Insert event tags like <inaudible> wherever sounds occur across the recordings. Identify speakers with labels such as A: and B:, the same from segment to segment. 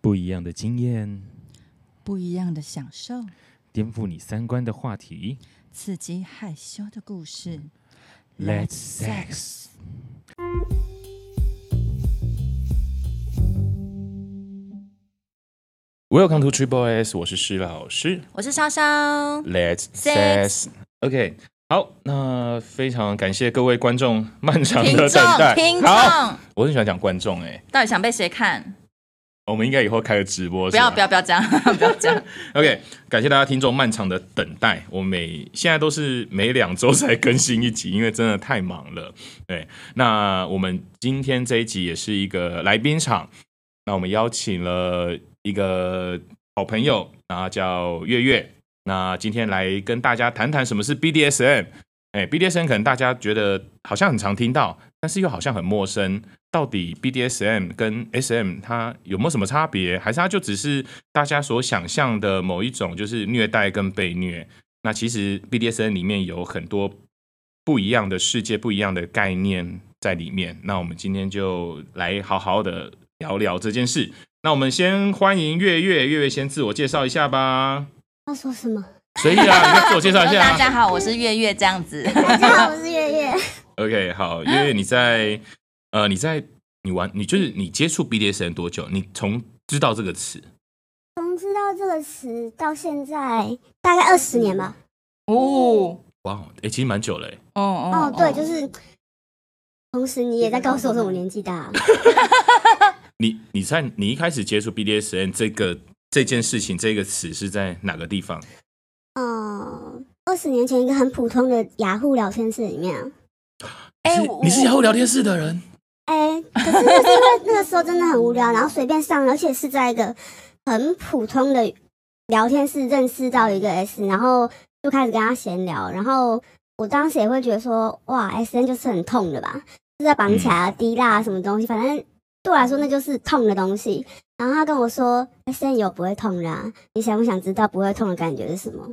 A: 不一样的经验，
B: 不一样的享受，
A: 颠覆你三观的话题。
B: 刺激害羞的故事。
A: Let's sex。Welcome to Triple S，我是施老师。
B: 我是莎莎，
A: Let's
B: Sex
A: sex。OK，好，那非常感谢各位观众漫长
B: 听
A: 的
B: 众
A: 等待。
B: 听众，
A: 好，我很喜欢讲观众哎、
B: 到底想被谁看？
A: 我们应该以后开个直播，
B: 不要
A: 是吗啊
B: 不要不要这样， <laughs> 不要这样。
A: OK，感谢大家听众漫长的等待。我每现在都是每两周才更新一集，因为真的太忙了。对，那我们今天这一集也是一个来宾场，那我们邀请了一个好朋友，然后叫月月。那今天来跟大家谈谈什么是 BDSM。哎，BDSM 可能大家觉得好像很常听到，但是又好像很陌生。到底 BDSM 跟 SM 它有没有什么差别？还是它就只是大家所想象的某一种，就是虐待跟被虐？那其实 BDSM 里面有很多不一样的世界、不一样的概念在里面。那我们今天就来好好的聊聊这件事。那我们先欢迎月月，月月先自我介绍一下吧。
C: 要说什么？
A: 随意啊，你再自我介绍一下
B: 大
A: 啊。
B: 家好，我是月月，这样子。
C: 大家好，我是月月。
A: OK，好，因为你在呃，你在你玩，你就是你接触 BDSM 多久？你从知道这个词
C: 从知道这个词到现在大概二十年吧。
B: 哦
A: 哇，哎、诶其实蛮久了、诶
B: 哦哦
C: 哦，对，就是。同时，你也在告诉我说我年纪大了。
A: 你你在你一开始接触 BDSM 这个这件事情这个词是在哪个地方？
C: 嗯，二十年前一个很普通的雅虎聊天室里面啊，
B: 哎
A: 你是
B: 我
A: 你是雅虎聊天室的人，
C: 哎、可是那是因为那个时候真的很无聊，然后随便上，而且是在一个很普通的聊天室认识到一个 S，然后就开始跟他闲聊，然后我当时也会觉得说，哇，S N 就是很痛的吧，就是在绑起来、啊、
A: 嗯
C: 滴蜡啊什么东西，反正对我来说那就是痛的东西。然后他跟我说，S N 有不会痛的、啊，你想不想知道不会痛的感觉是什么？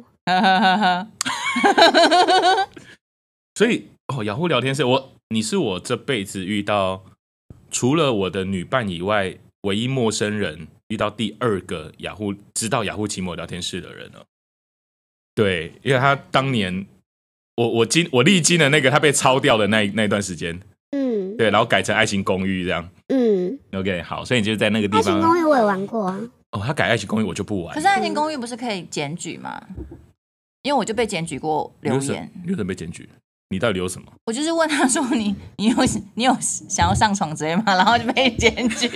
A: 所以哦，雅虎聊天室，我你是我这辈子遇到除了我的女伴以外唯一陌生人，遇到第二个雅虎知道雅虎奇摩聊天室的人了。对，因为他当年我我经我历经了那个他被抄掉的那一那一段时间，
C: 嗯
A: 对，然后改成爱情公寓这样。
C: 嗯，
A: OK，好，所以你就在那个地
C: 爱情
A: 方啊
C: 公寓我也玩过啊，
A: 哦，他改爱情公寓我就不玩
B: <laughs> 可。是爱情公寓不是可以检举吗？因为我就被检举过留
A: 你为什
B: 言
A: 么，你为什么被检举？你到底留什么？
B: 我就是问他说你你有你有想要上床之类吗？然后就被检举。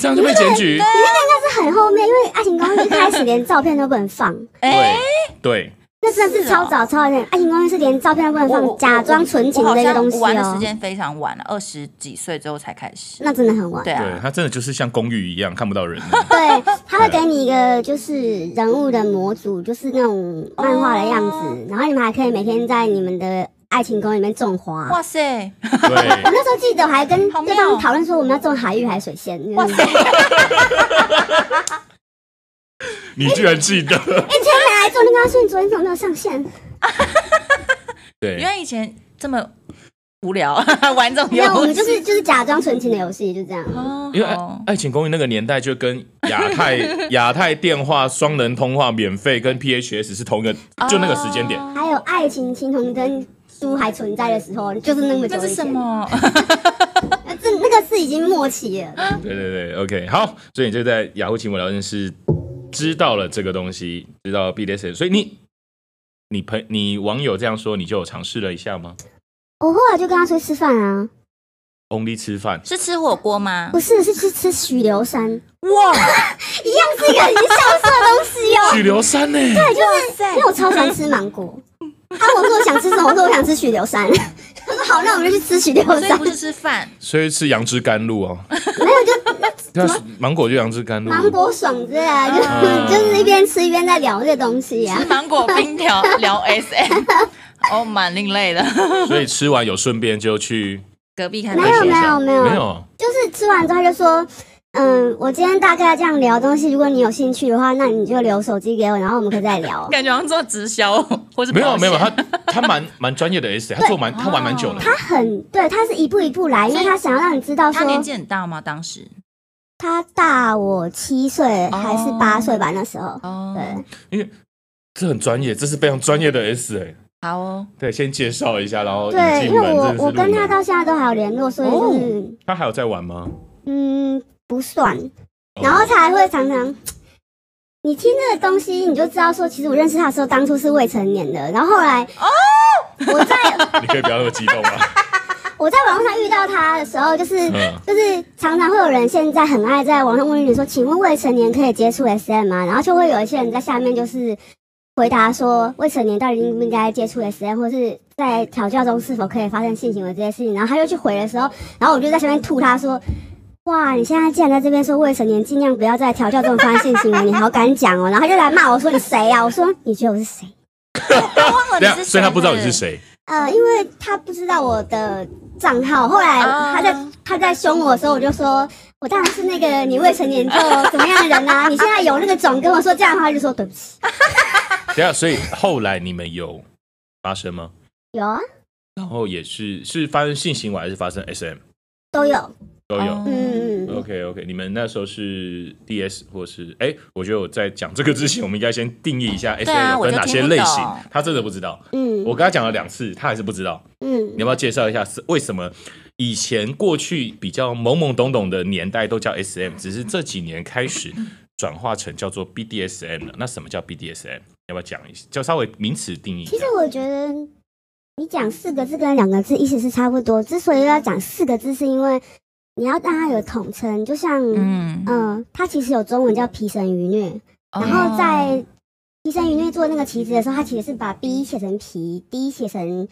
A: 这样就被检举？
C: 是很后面，因为爱情公寓一开始连照片都不能放。
B: 哎，
A: 对
C: 那真的是超早超啊远，爱情公寓是连照片都不能
B: 啊我
C: 放，
B: 我
C: 假装纯情的一个东西
B: 我好像玩的时
C: 哦。
B: 间非常晚了，二十几岁之后才开始。
C: 那真的很晚。
B: 对
A: 对
B: 啊
A: 对，，他真的就是像公寓一样看不到人。
C: 对，他会给你一个就是人物的模组，就是那种漫画的样
B: 哦
C: 子，然后你们还可以每天在你们的爱情公寓里面种花。
B: 哇塞，
A: 对
C: 我，那时候记得我还跟
B: 好妙哦
C: 对方讨论说我们要种海芋还是水哎仙。
B: 哇塞，
A: 你居然记得？ <laughs>
C: 一天没来种，就跟他说你昨天怎么没有上线？
A: 对
B: 原，来以前这么无聊 <laughs> 玩这种
C: 没有，我
B: 游
C: 们就
B: 戏。
C: 是就是假装纯情的游戏，就这样。
B: 哦
A: 因为爱
B: 好
A: 爱情公寓那个年代就跟亚太亚太电话双人通话免费跟 PHS 是同一个，就那个时间点。
B: 啊
C: 还有爱情青铜灯书还存在的时候，就是那么
B: 那
C: 久以前。
B: 是什么？
C: 呃？这那个是已经末期了。
A: 对对对，OK，好，所以你就在雅虎奇摩聊天室知道了这个东西，知道 BDSM，所以你你朋你网友这样说，你就有尝试了一下吗
C: 我后来就跟他出去吃饭啊，
A: ？Only 吃饭，
B: 是吃火锅吗
C: 不？是，是去吃许留山， <laughs> 一
B: 哇
C: 样是一个很孝顺的东西哦。
A: 许留山呢、
C: 因为我超喜欢吃芒果，他问我说我想吃什么，我说我想吃许留山。他说好，那我们就去吃许留
B: 所以
C: 山
B: 不。是吃饭，
A: 所以吃杨枝甘露哦。没有就芒果就杨枝甘露，
C: 芒果爽之类啊，就、
A: 嗯
C: 就是一边吃一边在聊这些东西啊。 <laughs>
B: 吃芒果冰条聊 SM，哦，蛮另类的。
A: 所以吃完有顺便就去
B: 隔壁看
C: 没有没有没有
A: 没有
C: 就是吃完之后他就说，嗯，我今天大概这样聊东西，如果你有兴趣的话，那你就留手机给我，然后我们可以再聊。啊
B: 感觉好像做直销或是
A: 没有啊
B: 保
A: 没有，
B: 险
A: 他他蛮蛮专业的 S，他做蛮他玩蛮
C: 哦
A: 久了。
C: 他很对，他是一步一步来，因为他想要让你知道
B: 他
C: 说，
B: 年纪很大吗？当时
C: 他大我七岁还是八岁吧，那时候。
B: 哦，
C: 对，
A: 这很专业，这是非常专业的 S 哎、
B: 好哦，
A: 对，先介绍一下，然后
C: 对，
A: 哦引
C: 因
A: 进
C: 为
A: 门
C: 我
A: 真的是
C: 我
A: 入
C: 跟他
A: 门
C: 到现在都还有联络，所以就是、
A: 他还有在玩吗？
C: 嗯不算，
A: 哦
C: 然后才会常常。你听这个东西，你就知道说，其实我认识他的时候，当初是未成年的。然后后来，哦，我在
A: 哦你可以不要那么激动啊吗？
C: <laughs> 我在网络上遇到他的时候，就是
A: 嗯
C: 就是常常会有人现在很爱在网上问你说，请问未成年可以接触 SM 吗？然后就会有一些人在下面就是回答说，未成年到底应不应该接触 SM，或是在调教中是否可以发生性行为这些事情。然后他就去回的时候，然后我就在下面吐他说。哇！你现在竟然在这边说未成年尽量不要在调教中发生性行为，你好敢讲哦！然后他就来骂我说你谁呀、我说你觉得我是谁？
B: 他忘了
A: 对
B: 你
A: 啊，
B: 是谁，
A: 所以他不知道你是。谁，
C: 呃，因为他不知道我的账号，后来
B: 啊
C: 他在、他在凶我的时候，我就说，我当然是那个你未成年就怎么样的人啊，你现在有那个种跟我说这样的话，就说对不起。
A: 对啊，所以后来你们有发生吗？
C: 有啊，
A: 然后也是是发生性行为还是发生 SM
C: 都有，
A: 都有。
B: 哦
C: 嗯嗯嗯，
A: OK OK，你们那时候是 DS 或是哎、我觉得我在讲这个之前，我们应该先定义一下 S
B: 对啊
A: M 有分哪些类型
B: 我就听不懂。
A: 他真的不知道，
C: 嗯，
A: 我跟他讲了两次，他还是不知道。
C: 嗯
A: 你要不要介绍一下是为什么以前过去比较懵懵懂懂的年代都叫 S M，只是这几年开始转化成叫做 B D S M 了？那什么叫 B D S M？要不要讲一下？就稍微名词定义一下
C: 其实。我觉得你讲四个字跟两个字意思是差不多，之所以要讲四个字，是因为你要让它有统称，就像嗯、
B: 嗯，
C: 呃它其实有中文叫皮绳愉虐，
B: 哦
C: 然后在提升鱼内做那个旗子的时候，他其实是把 B 写成皮，D 写成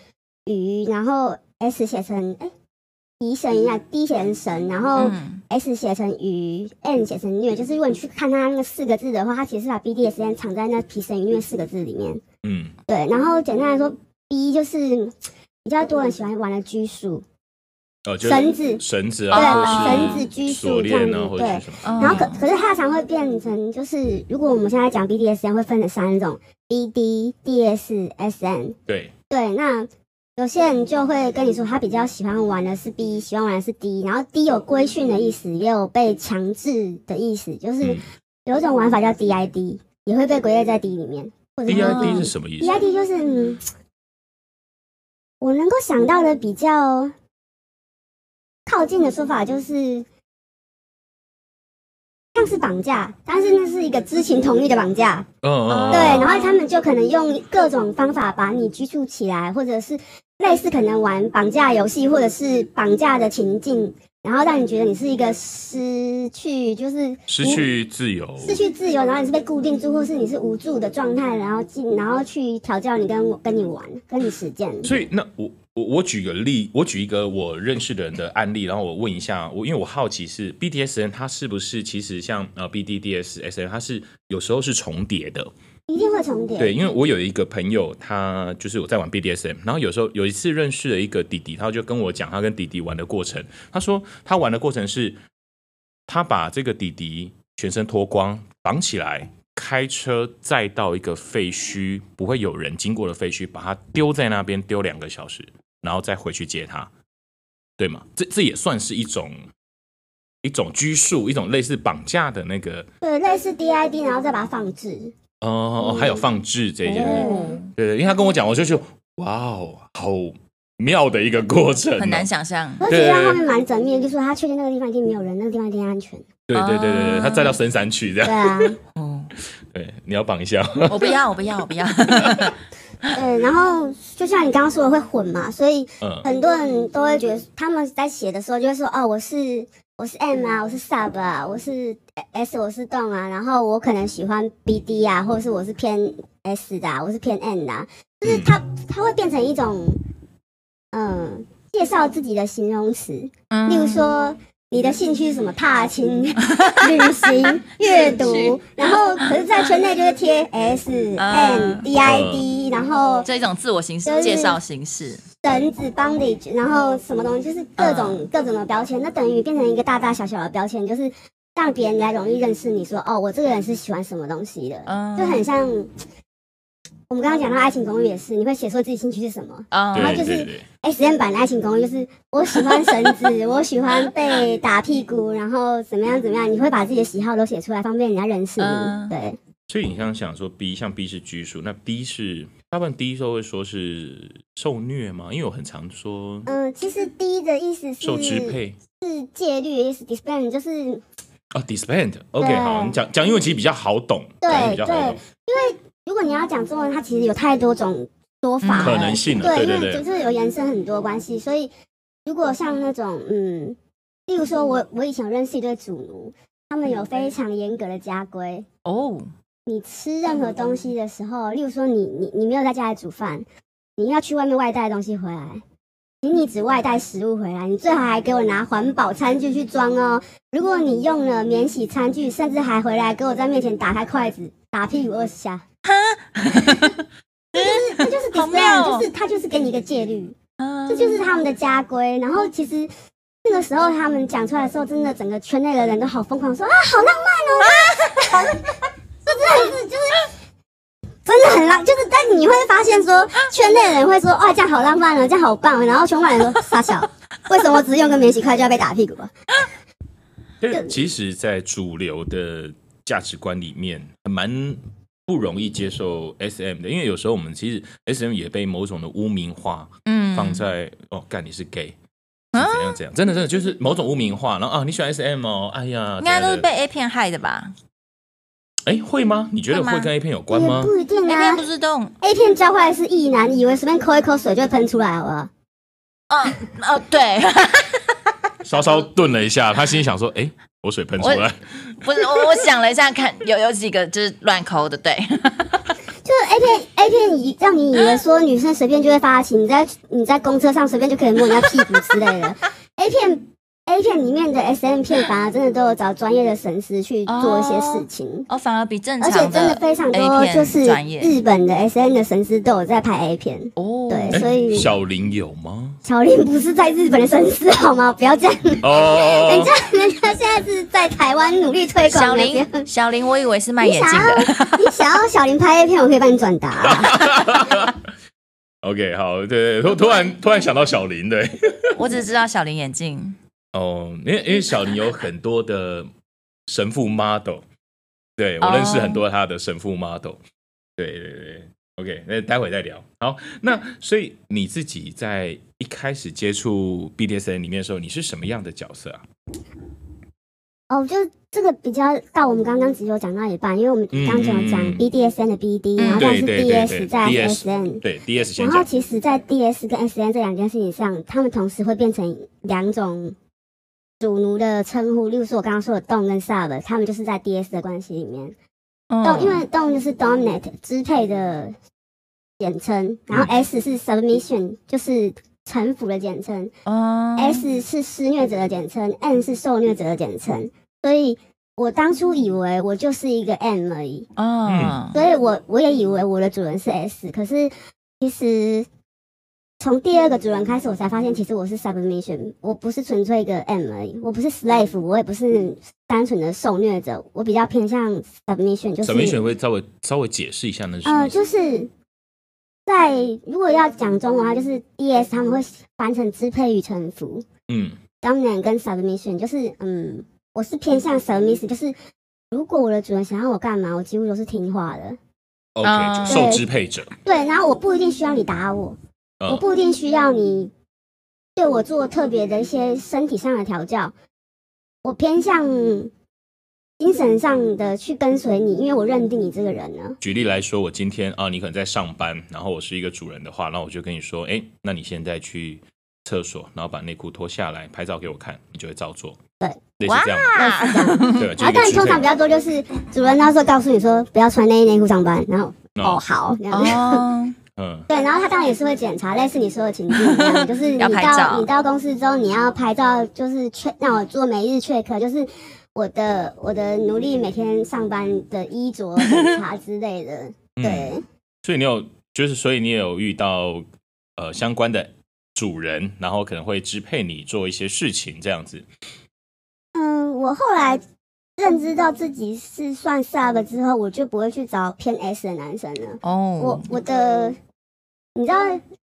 C: 鱼，然后 S 写成哎皮绳一样，D 写成绳，然后
B: 嗯
C: S 写成鱼，N 写成虐。就是如果你去看它那个四个字的话，它其实是把 B、D、S、N 藏在那皮绳鱼虐四个字里面。
A: 嗯，
C: 对，然后简单来说，B 就是比较多人喜欢玩的拘束，
A: 哦，就是
C: 绳子。
A: 绳子
C: 对，
A: 啊，
C: 绳
A: 或
C: 子
A: 是
C: 拘束
A: 锁
C: 这样
A: 链
C: 子
A: 啊，，或者
C: 对
A: 是，什么？
B: 嗯
C: 然后可可是它常会变成，就是如果我们现在讲 BDSM 会分成三种，BD、DS、SM。
A: 对，
C: 对，那有些人就会跟你说，他比较喜欢玩的是 B，喜欢玩的是 D，然后 D 有规训的意思，也有被强制的意思，就是
A: 嗯
C: 有一种玩法叫 DID，也会被归类在 D 里面。或者
A: D
C: 是
A: I D 是什么意思？
C: DID 就是、嗯、我能够想到的比较靠近的说法，就是像是绑架，但是那是一个知情同意的绑架，
A: 嗯嗯，嗯
C: 对，然后他们就可能用各种方法把你拘束起来，或者是类似可能玩绑架游戏，或者是绑架的情境。然后让你觉得你是一个失去，就是
A: 失
C: 无
A: 去自由，
C: 失去自由，然后你是被固定住，或是你是无助的状态，然后进，然后去调教你跟我跟你玩，跟你实践。
A: 所以那我我我举个例，我举一个我认识的人的案例，然后我问一下，我因为我好奇是 BDSN 它是不是其实像呃 BDDSSN 它是有时候是重叠的，
C: 一定会重叠。
A: 对，因为我有一个朋友，他就是我在玩 BDSM，然后有时候有一次认识了一个弟弟，他就跟我讲他跟弟弟玩的过程。他说他玩的过程是，他把这个弟弟全身脱光绑起来，开车载到一个废墟，不会有人经过的废墟，把他丢在那边丢两个小时，然后再回去接他，对吗？这这也算是一种一种拘束，一种类似绑架的那个。
C: 对，类似 DID，然后再把它放置。
A: 哦，还有放置这一件事情。
B: 哦
A: 对对，因为他跟我讲，
C: 嗯
A: 我就觉得哇哦，好妙的一个过程、啊
B: 很难。想象，
C: <laughs> 而且他后面蛮缜密的，就说他确定那个地方一定没有人，那个地方一定安全。
A: 对对对对对，
B: 啊
A: 他载到深山去这
C: 对
A: 样。
C: 啊，
B: 哦，
A: 对，你要绑一
C: <laughs>
A: 下。
B: 我不要，我不要，我不要，
C: 对。嗯然后就像你刚刚说的会混嘛，所以
A: 嗯，
C: 很多人都会觉得他们在写的时候就会说哦，我是我是 M 啊，我是 Sub 啊，我是 S，我是动啊，然后我可能喜欢 BD 啊，或者是我是偏 S 的、啊，我是偏 N 的、啊，就是它它会变成一种嗯、呃介绍自己的形容词，
B: 嗯
C: 例如说。你的兴趣是什么？踏青、嗯旅 <laughs> 行、啊阅
B: 兴
C: 读
B: 趣，
C: 然后可是，在圈内就会贴 <laughs> S、N、D、I、D，然后
B: 这一种自我形
C: 就
B: 式
C: 是
B: 介绍形式，
C: 绳子、bandage，然后什么东西，就是各种、各种的标签，那等于变成一个大大小小的标签，就是让别人来容易认识你说，哦，我这个人是喜欢什么东西的，
B: 嗯
C: 就很像我们刚刚讲到《爱情公寓》也是，你会写说自己兴趣是什么
B: 啊
C: 然后
A: 对
C: 就
A: 对
C: 是
A: 对，
C: ？S M 版的《爱情公寓》就是我喜欢绳子，我喜欢被打屁股，然后怎么样怎么样，你会把自己的喜好都写出来，方便人家认识你。
B: 嗯
C: 对，
A: 所以你像想说 B，像 B 是拘束，那 D 是大部分 D 都会说是受虐吗？因为我很常说
C: 嗯、其实第一的意思是
A: 受支配
C: 是戒律的意思，discipline 就是
A: 哦 d i s p a n d OK，
C: 对啊
A: 好，你讲讲英文其实比较好懂，
C: 对
A: 讲英文比较好懂，
C: 如果你要讲中文，它其实有太多种说法
B: 嗯
C: 了。
A: 可能性了，
C: 对，
A: 对
C: 因
A: 对
C: 为
A: 对
C: 就。是有延伸很多关系，所以如果像那种嗯，例如说我我以前有认识一对主奴，他们有非常严格的家规，
B: 哦，
C: 你吃任
B: 嗯
C: 何东西的时候，例如说你你你没有在家里煮饭，你要去外面外带东西回来。请你只外带食物回来，你最好还给我拿环保餐具去装哦。如果你用了免洗餐具，甚至还回来给我在面前打开筷子打屁股二十下，
B: <laughs>
C: 这就是
B: 好妙哦
C: discipline，就是他就是给你一个戒律。
B: 啊
C: 这就是他们的家规。然后其实那个时候他们讲出来的时候，真的整个圈内的人都好疯狂，说啊，好浪
B: 啊
C: 漫哦！这真的是 <laughs> 就是。真的很浪，就是但你会发现说，
B: 啊
C: 圈内人会说哇，这样好浪漫哦，这样好棒哦，然后圈外人说傻小，为什么只用个免洗筷就要被打屁股啊？
A: 但是其实，在主流的价值观里面，蛮不容易接受 SM 的，因为有时候我们其实 SM 也被某种的污名化
B: 嗯啊
A: 放在、哦，干你是 gay。是怎样怎样？真的真的就是某种污名化，然后啊，你喜欢 SM 哦，哎呀，怎
B: 应该
A: 样
B: 都是
A: 的
B: 被 A 片害的吧
A: 哎会吗？你觉得
B: 会吗
A: 会跟 A 片有关
C: 也
A: 吗？
C: 不一定
B: ？A
C: 啊
B: 片不是都
C: ，A 片教坏的是异男，以为随便抠一抠水就会喷出来，啊好不好？
B: 嗯哦对， <laughs>
A: 稍稍顿了一下，他心里想说，哎，我水喷出来，
B: 不是我我想了一下，看有有几个就是乱抠的，对， <laughs>
C: 就是 A 片
B: 哎
C: A 片以让你以为说女生随便就会发情，你在你在公车上随便就可以摸人家屁股之类的。A 片 A 片里面的 SM 片反而真的都有找专业的神师去做一些事情，
B: 哦反而比正
C: 而且
B: 常
C: 真的非常
B: A
C: 多
B: 片
C: 就是
B: 专业
C: 日本的 SM 的神师都有在拍 A 片。
B: 哦
C: 对
A: 哎
C: 所以
A: 小林有吗？
C: 小林不是在日本的神师好吗？不要这样，
A: 哦，
C: 人家人家现在是在台湾努力推广。
B: 小
C: 你不要
B: 林，小林，我以为是卖
C: 你
B: 眼
C: 想
B: 镜的。
C: 要你想要小林拍 A 片，我可以帮你转达、啊
A: OK，好，对对，突突然突然想到小林，对，
B: 我只知道小林眼镜，
A: 哦，因为因为小林
C: 啊
A: 有很多的神父 model，对我认识
B: 哦
A: 很多他的神父 model，、对对对，OK，那待会再聊。好，那所以你自己在一开始接触 BDSN 里面的时候，你是什么样的角色啊？
C: 哦，就这个比较到我们刚刚只有讲到一半，因为我们刚刚有讲 E
A: 嗯嗯嗯
C: BDSN 的
B: 嗯
C: BD，、然后再
A: 对
C: 是
A: 对对
C: DS
A: 对
C: 在
A: ，DS
C: SN，
A: 对 DS 先
C: 然后
A: 讲，
C: 其实，在 DS 跟 SN 这两件事情上，他们同时会变成两种主奴的称呼，例如说我刚刚说的动跟 sub，他们就是在 DS 的关系里面，
A: 哦
C: 动因为动就是 dominate 支配的简称，然后
A: 嗯
C: S 是 submission 就是臣服的简称，
B: 嗯
C: S 是施虐者的简称，N 是受虐者的简称，所以我当初以为我就是一个 M 而已，
B: 嗯
C: 所以我我也以为我的主人是 S，可是其实从第二个主人开始，我才发现其实我是 submission，我不是纯粹一个 M 而已，我不是 slave，我也不是单纯的受虐者，我比较偏向 submission，就是
A: 小明选会稍微稍微解释一下那是什么
C: 呃，
A: 意思？
C: 就是在如果要讲中文的话，就是 DS 他们会翻成支配与臣服。
A: 嗯
C: dominant 跟 submission 就是，嗯，我是偏向 submiss，就是如果我的主人想要我干嘛，我几乎都是听话的。
A: ，OK，、
B: 啊
A: 就受支配者，
C: 呃对，然后我不一定需要你打我，
A: 嗯
C: 我不一定需要你对我做特别的一些身体上的调教，我偏向精神上的去跟随你，因为我认定你这个人了。
A: 举例来说，我今天啊，你可能在上班，然后我是一个主人的话，那我就跟你说，哎，那你现在去厕所，然后把内裤脱下来，拍照给我看，你就会照做。
C: 对，
A: 类似这样，
C: <laughs> 嗯
B: 哇，
A: 对吧，就
C: 啊然
A: 是一
C: 后
A: 个支
C: 但通常
A: 配。
C: 比较多就是主人那时候告诉你说不要穿内衣内裤上班，然后哦
A: 哦，
C: 好，这样子 <laughs>
B: 哦，
A: 嗯，
C: 对，然后他当然也是会检查，类似你说的情境一样，就是你
B: 要拍照
C: 到你到公司之后，你要拍照，就是确让我做每日 check，就是我的我的奴隶每天上班的衣着检查之类的。
A: 嗯，
C: 对，
A: 所以你有，就是所以你也有遇到呃相关的主人，然后可能会支配你做一些事情，这样子。
C: 嗯，我后来认知到自己是算 sub 之后，我就不会去找偏 S 的男生了。我
B: 哦，
C: 我的，你知道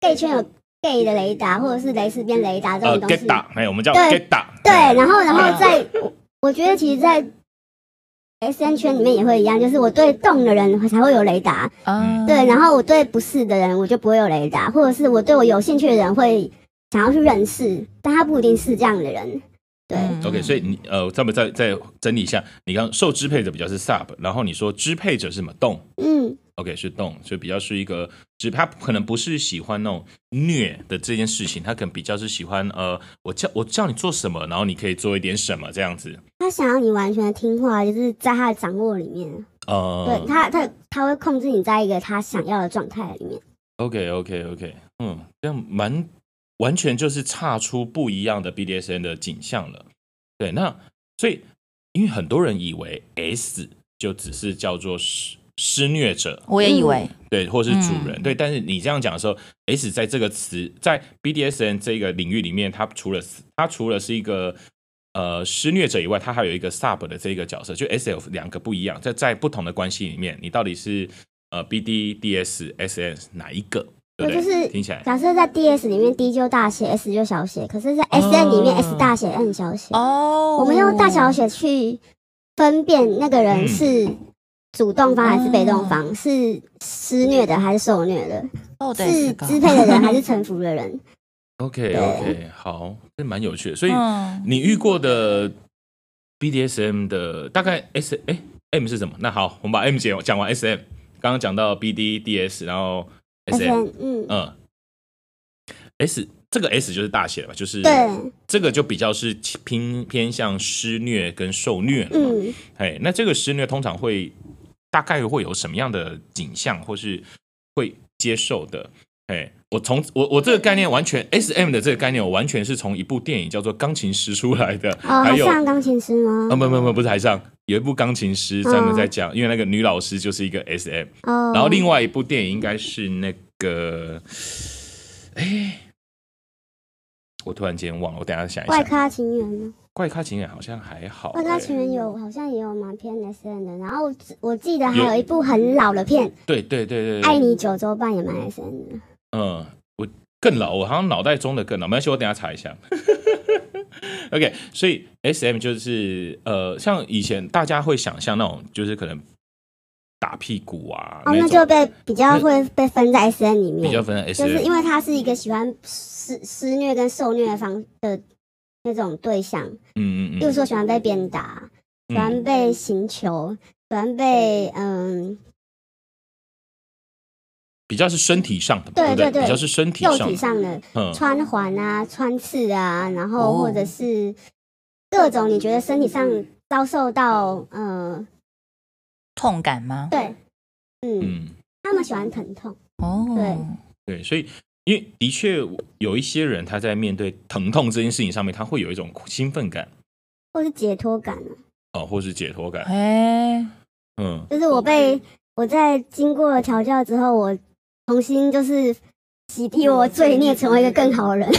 C: gay 圈有 gay 的雷达，或者是蕾丝边雷达这
A: 呃
C: 种东西。
A: ，get 打，哎，我们叫
C: 对
A: get 哎打，
C: 对，然后然
A: 啊
B: 嗯
C: 后在，我我觉得其实，在 S N 圈里面也会一样，就是我对动的人才会有雷达，
B: 啊，
C: 对，然后我对不是的人我就不会有雷达，或者是我对我有兴趣的人会想要去认识，但他不一定是这样的人。对，
B: 嗯
A: OK，所以你呃，咱们再再整理一下，你刚受支配者比较是 sub，然后你说支配者是什么动
C: 嗯，
A: ？OK，是动，所以比较是一个只他可能不是喜欢那种虐的这件事情，他可能比较是喜欢呃，我叫我叫你做什么，然后你可以做一点什么这样子。
C: 他想要你完全听话，就是在他的掌握里面。对
A: 呃
C: 他，他他会控制你在一个他想要的状态里面。
A: ，OK OK OK，嗯，这样蛮完全就是差出不一样的 BDSN 的景象了。对，那所以因为很多人以为 S 就只是叫做施施虐者，
C: 嗯
B: 我也以为，
A: 对，或是主人，
B: 嗯
A: 对。但是你这样讲的时候，S 在这个词在 BDSN 这个领域里面，它除了它除了是一个呃施虐者以外，它还有一个 sub 的这个角色，就 S F 两个不一样，在在不同的关系里面，你到底是呃 BD、DS、SS 哪一个？对不对？
C: 就是
A: 听起来
C: 假设在 D S 里面 D 就大写，S 就小写，可是在 S N 里面
A: 哦
C: S 大写，N 小写。
B: 哦，
C: 我们用大小写去分辨那个
A: 嗯
C: 人是主动方还是被动
A: 哦
C: 方，是施虐的还是受虐的，
B: 哦，对，
C: 是
B: 是个
C: 支配的人还是臣服的
A: <laughs>
C: 人。
A: OK OK，好，这蛮有趣的。所以
B: 嗯
A: 你遇过的 BDSM 的大概 S 哎 M 是什么？那好，我们把 M 讲讲完 SM，刚刚讲到 BD DS，然后
C: S
A: SM，
C: N，嗯，
A: 嗯，S 这个 S 就是大写的吧，就是
C: 对，
A: 这个就比较是偏偏向施虐跟受虐了嘛。
C: 嗯，
A: 哎、那这个施虐通常会大概会有什么样的景象，或是会接受的？哎，我从我我这个概念
C: 嗯
A: 完全 S M 的这个概念，我完全是从一部电影叫做《钢琴师》出来的，
C: 哦，
A: 还
C: 还
A: 有
C: 上钢琴师
A: 啊，
C: 吗？
A: 不不不，不是台上有一部钢琴师专门在讲，因为那个女老师就是一个 S M，、
C: 嗯哦，
A: 然后另外一部电影应该是那个，哎，我突然间忘了，我等一下想一
C: 外
A: 想。
C: 咖情缘呢？
A: 怪咖情人好像还好、
C: 外咖情
A: 哎
C: 缘有好像也有蛮偏 S N 的，然后我记我记得还
A: 有
C: 有一部很老的片
A: 对对对对
C: 《爱
A: 对，
C: 你九州半》也蛮 S N 的。
A: 嗯，我更老，我好像脑袋中的更老，没关系，我等一下查一下。OK，所以 S M 就是呃，像以前大家会想象那种，就是可能打屁股啊，那
C: 哦，那
A: 种
C: 就被比较会被分在 S N 里
A: 比较
C: 面，
A: 分 S
C: 就
A: M，
C: 是因为他是一个喜欢施施虐跟受虐的方的那种对象，
A: 嗯嗯嗯，嗯
C: 比如说喜欢被鞭打，喜欢被刑求，喜欢被嗯
A: 比较是身体上的嘛，
C: 对
A: 不
C: 对对
A: 比较是身体
C: 肉
A: 上
C: 体
A: 的，
C: 上的
A: 嗯，
C: 穿环啊、穿刺啊，然
B: 哦
C: 后或者是各种你觉得身体上遭受到呃
B: 痛感吗？
C: 对，嗯，
A: 嗯，
C: 他们喜欢疼痛，
B: 哦，
C: 对
A: 对，所以因为的确有一些人他在面对疼痛这件事情上面，他会有一种兴奋感
C: 或是解脱感啊。
A: 哦，或是解脱感，
B: 哎，
A: 嗯，
C: 就是我被我在经过了调教之后，我重新就是洗涤我罪孽，成为一个更好的人。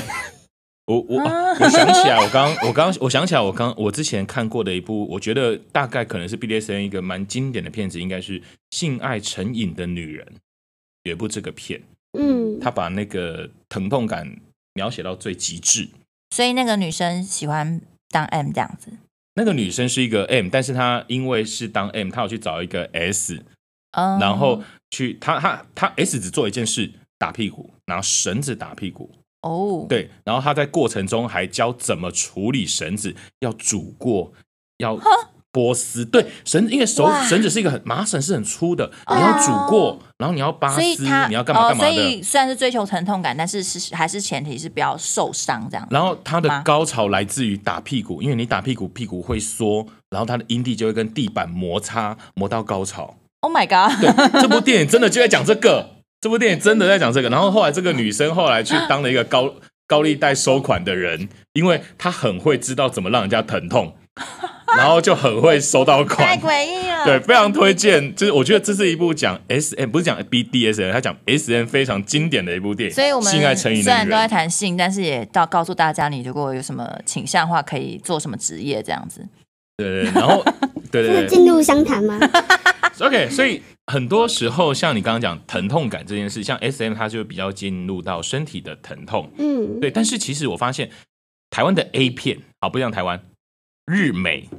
A: 我我、
B: 啊
A: 啊我想起来，我刚我刚我想起来，我刚我之前看过的一部，我觉得大概可能是 BDSN 一个蛮经典的片子，应该是《性爱成瘾的女人》，有一部这个片，
C: 嗯，
A: 他把那个疼痛感描写到最极致，
B: <laughs> 所以那个女生喜欢当 M 这样子，
A: 那个女生是一个 M，但是她因为是当 M，她有去找一个 S，
B: 嗯，
A: 然后去她她她 S 只做一件事，打屁股，拿绳子打屁股，
B: 哦，，
A: 对，然后她在过程中还教怎么处理绳子，要煮过，要剥丝，对，绳因为手
B: 哇
A: 绳子是一个很麻绳是很粗的，
B: 哦
A: 你要煮过，然后你要扒
B: 所以
A: 丝
B: 她，
A: 你要干嘛干嘛
B: 哦，所以
A: 的。
B: 虽然是追求疼痛感，但是是还是前提是不要受伤这样。
A: 然后她
B: 吗
A: 的高潮来自于打屁股，因为你打屁股，屁股会缩，然后她的阴蒂就会跟地板摩擦，磨到高潮。
B: Oh my god！
A: 对， <laughs> 这部电影真的就在讲这个，这部电影真的在讲这个。然后后来这个女生后来去当了一个高高利贷收款的人，因为她很会知道怎么让人家疼
B: <laughs>
A: 痛，然后就很会收到
B: 太
A: 款。
B: 诡异了。
A: 对，非常推荐。就是我觉得这是一部讲 S M，不是讲 B D S M，他讲 S M 非常经典的一部电影。
B: 所以我们
A: 性爱成瘾
B: 虽
A: 的
B: 然
A: 女
B: 都在
A: 人，
B: 谈性，但是也到告诉大家，你如果有什么倾向的话，可以做什么职业这样子。
A: 对对，然
B: <laughs>
A: 后对对
C: 这是
A: 对
C: 进入相谈
A: <laughs>
C: 吗？
A: ，OK，所以很多时候像你刚刚讲疼痛感这件事，像 SM 它就比较进入到身体的疼痛，
C: 嗯，
A: 对，但是其实我发现台湾的 A 片啊，不像台湾，日美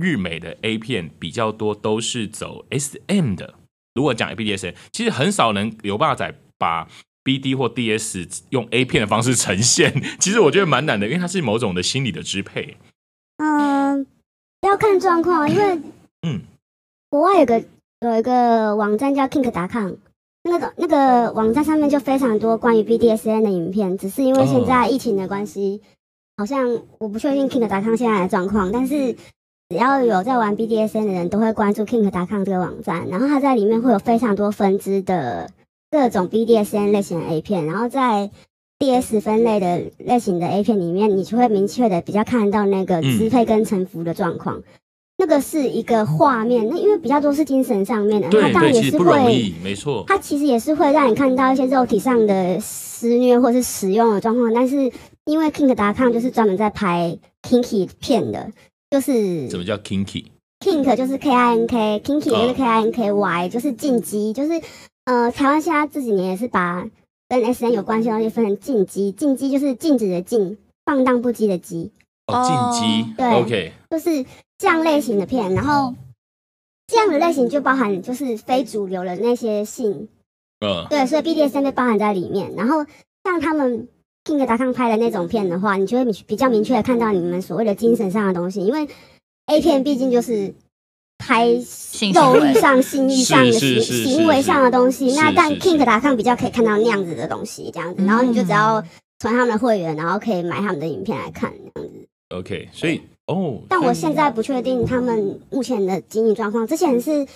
A: 日美的 A 片比较多都是走 SM 的。如果讲 BDSM，其实很少能有办法在把 BD 或 DS 用 A 片的方式呈现。其实我觉得蛮难的，因为它是某种的心理的支配。
C: 嗯，要看状况，因为
A: 嗯，
C: 国外有个有一个网站叫 kink.com，那个那个网站上面就非常多关于 BDSN 的影片，只是因为现
A: 哦
C: 在疫情的关系，好像我不确定 kink.com 现在的状况，但是只要有在玩 BDSN 的人都会关注 kink.com 这个网站，然后它在里面会有非常多分支的各种 BDSN 类型的 A 片，然后在 DS 分类的类型的 A 片里面，你就会明确的比较看到那个
A: 嗯
C: 支配跟臣服的状况。那个是一个画面，那因为比较多是精神上面的，它
A: 对
C: 嗯当
A: 对，
C: 然也
A: 其实
C: 是
A: 不容
C: 会，
A: 易，没错。
C: 它其实也是会让你看到一些肉体上的施虐或是使用的状况，但是因为 kink.com 就是专门在拍 kinky 片的，就是
A: 什么叫 kinky？
C: kink 就是 k i n k kinky 就是
A: 哦
C: k i n k y，就是禁忌，就是呃，台湾现在这几年也是把跟 S N 有关系的东西分成禁忌，禁忌就是禁止的禁，放荡不羁的羁，
A: 哦，禁忌。
C: 对
A: OK，
C: 就是这样类型的片，然后。这样的类型就包含就是非主流的那些性，
A: 嗯，
C: 对，所以 BDSM 被包含在里面。然后像他们 King 达康拍的那种片的话，你就会比较明确的看到你们所谓的精神上的东西，因为 A 片毕竟就是拍
B: 性行
C: 肉欲
B: 为
C: 上、性欲上的
A: 是
C: 行
A: 是是是
C: 行为上的东西
A: 是。
C: 那但
A: 是是
C: King 达康比较可以看到那样子的东西，这样子，然后你就只要
B: 嗯
C: 存他们的会员，然后可以买他们的影片来看。
A: ，OK，所以哦，
C: 但我
A: 它
C: 现在不确定他们目前的经营状况。之前是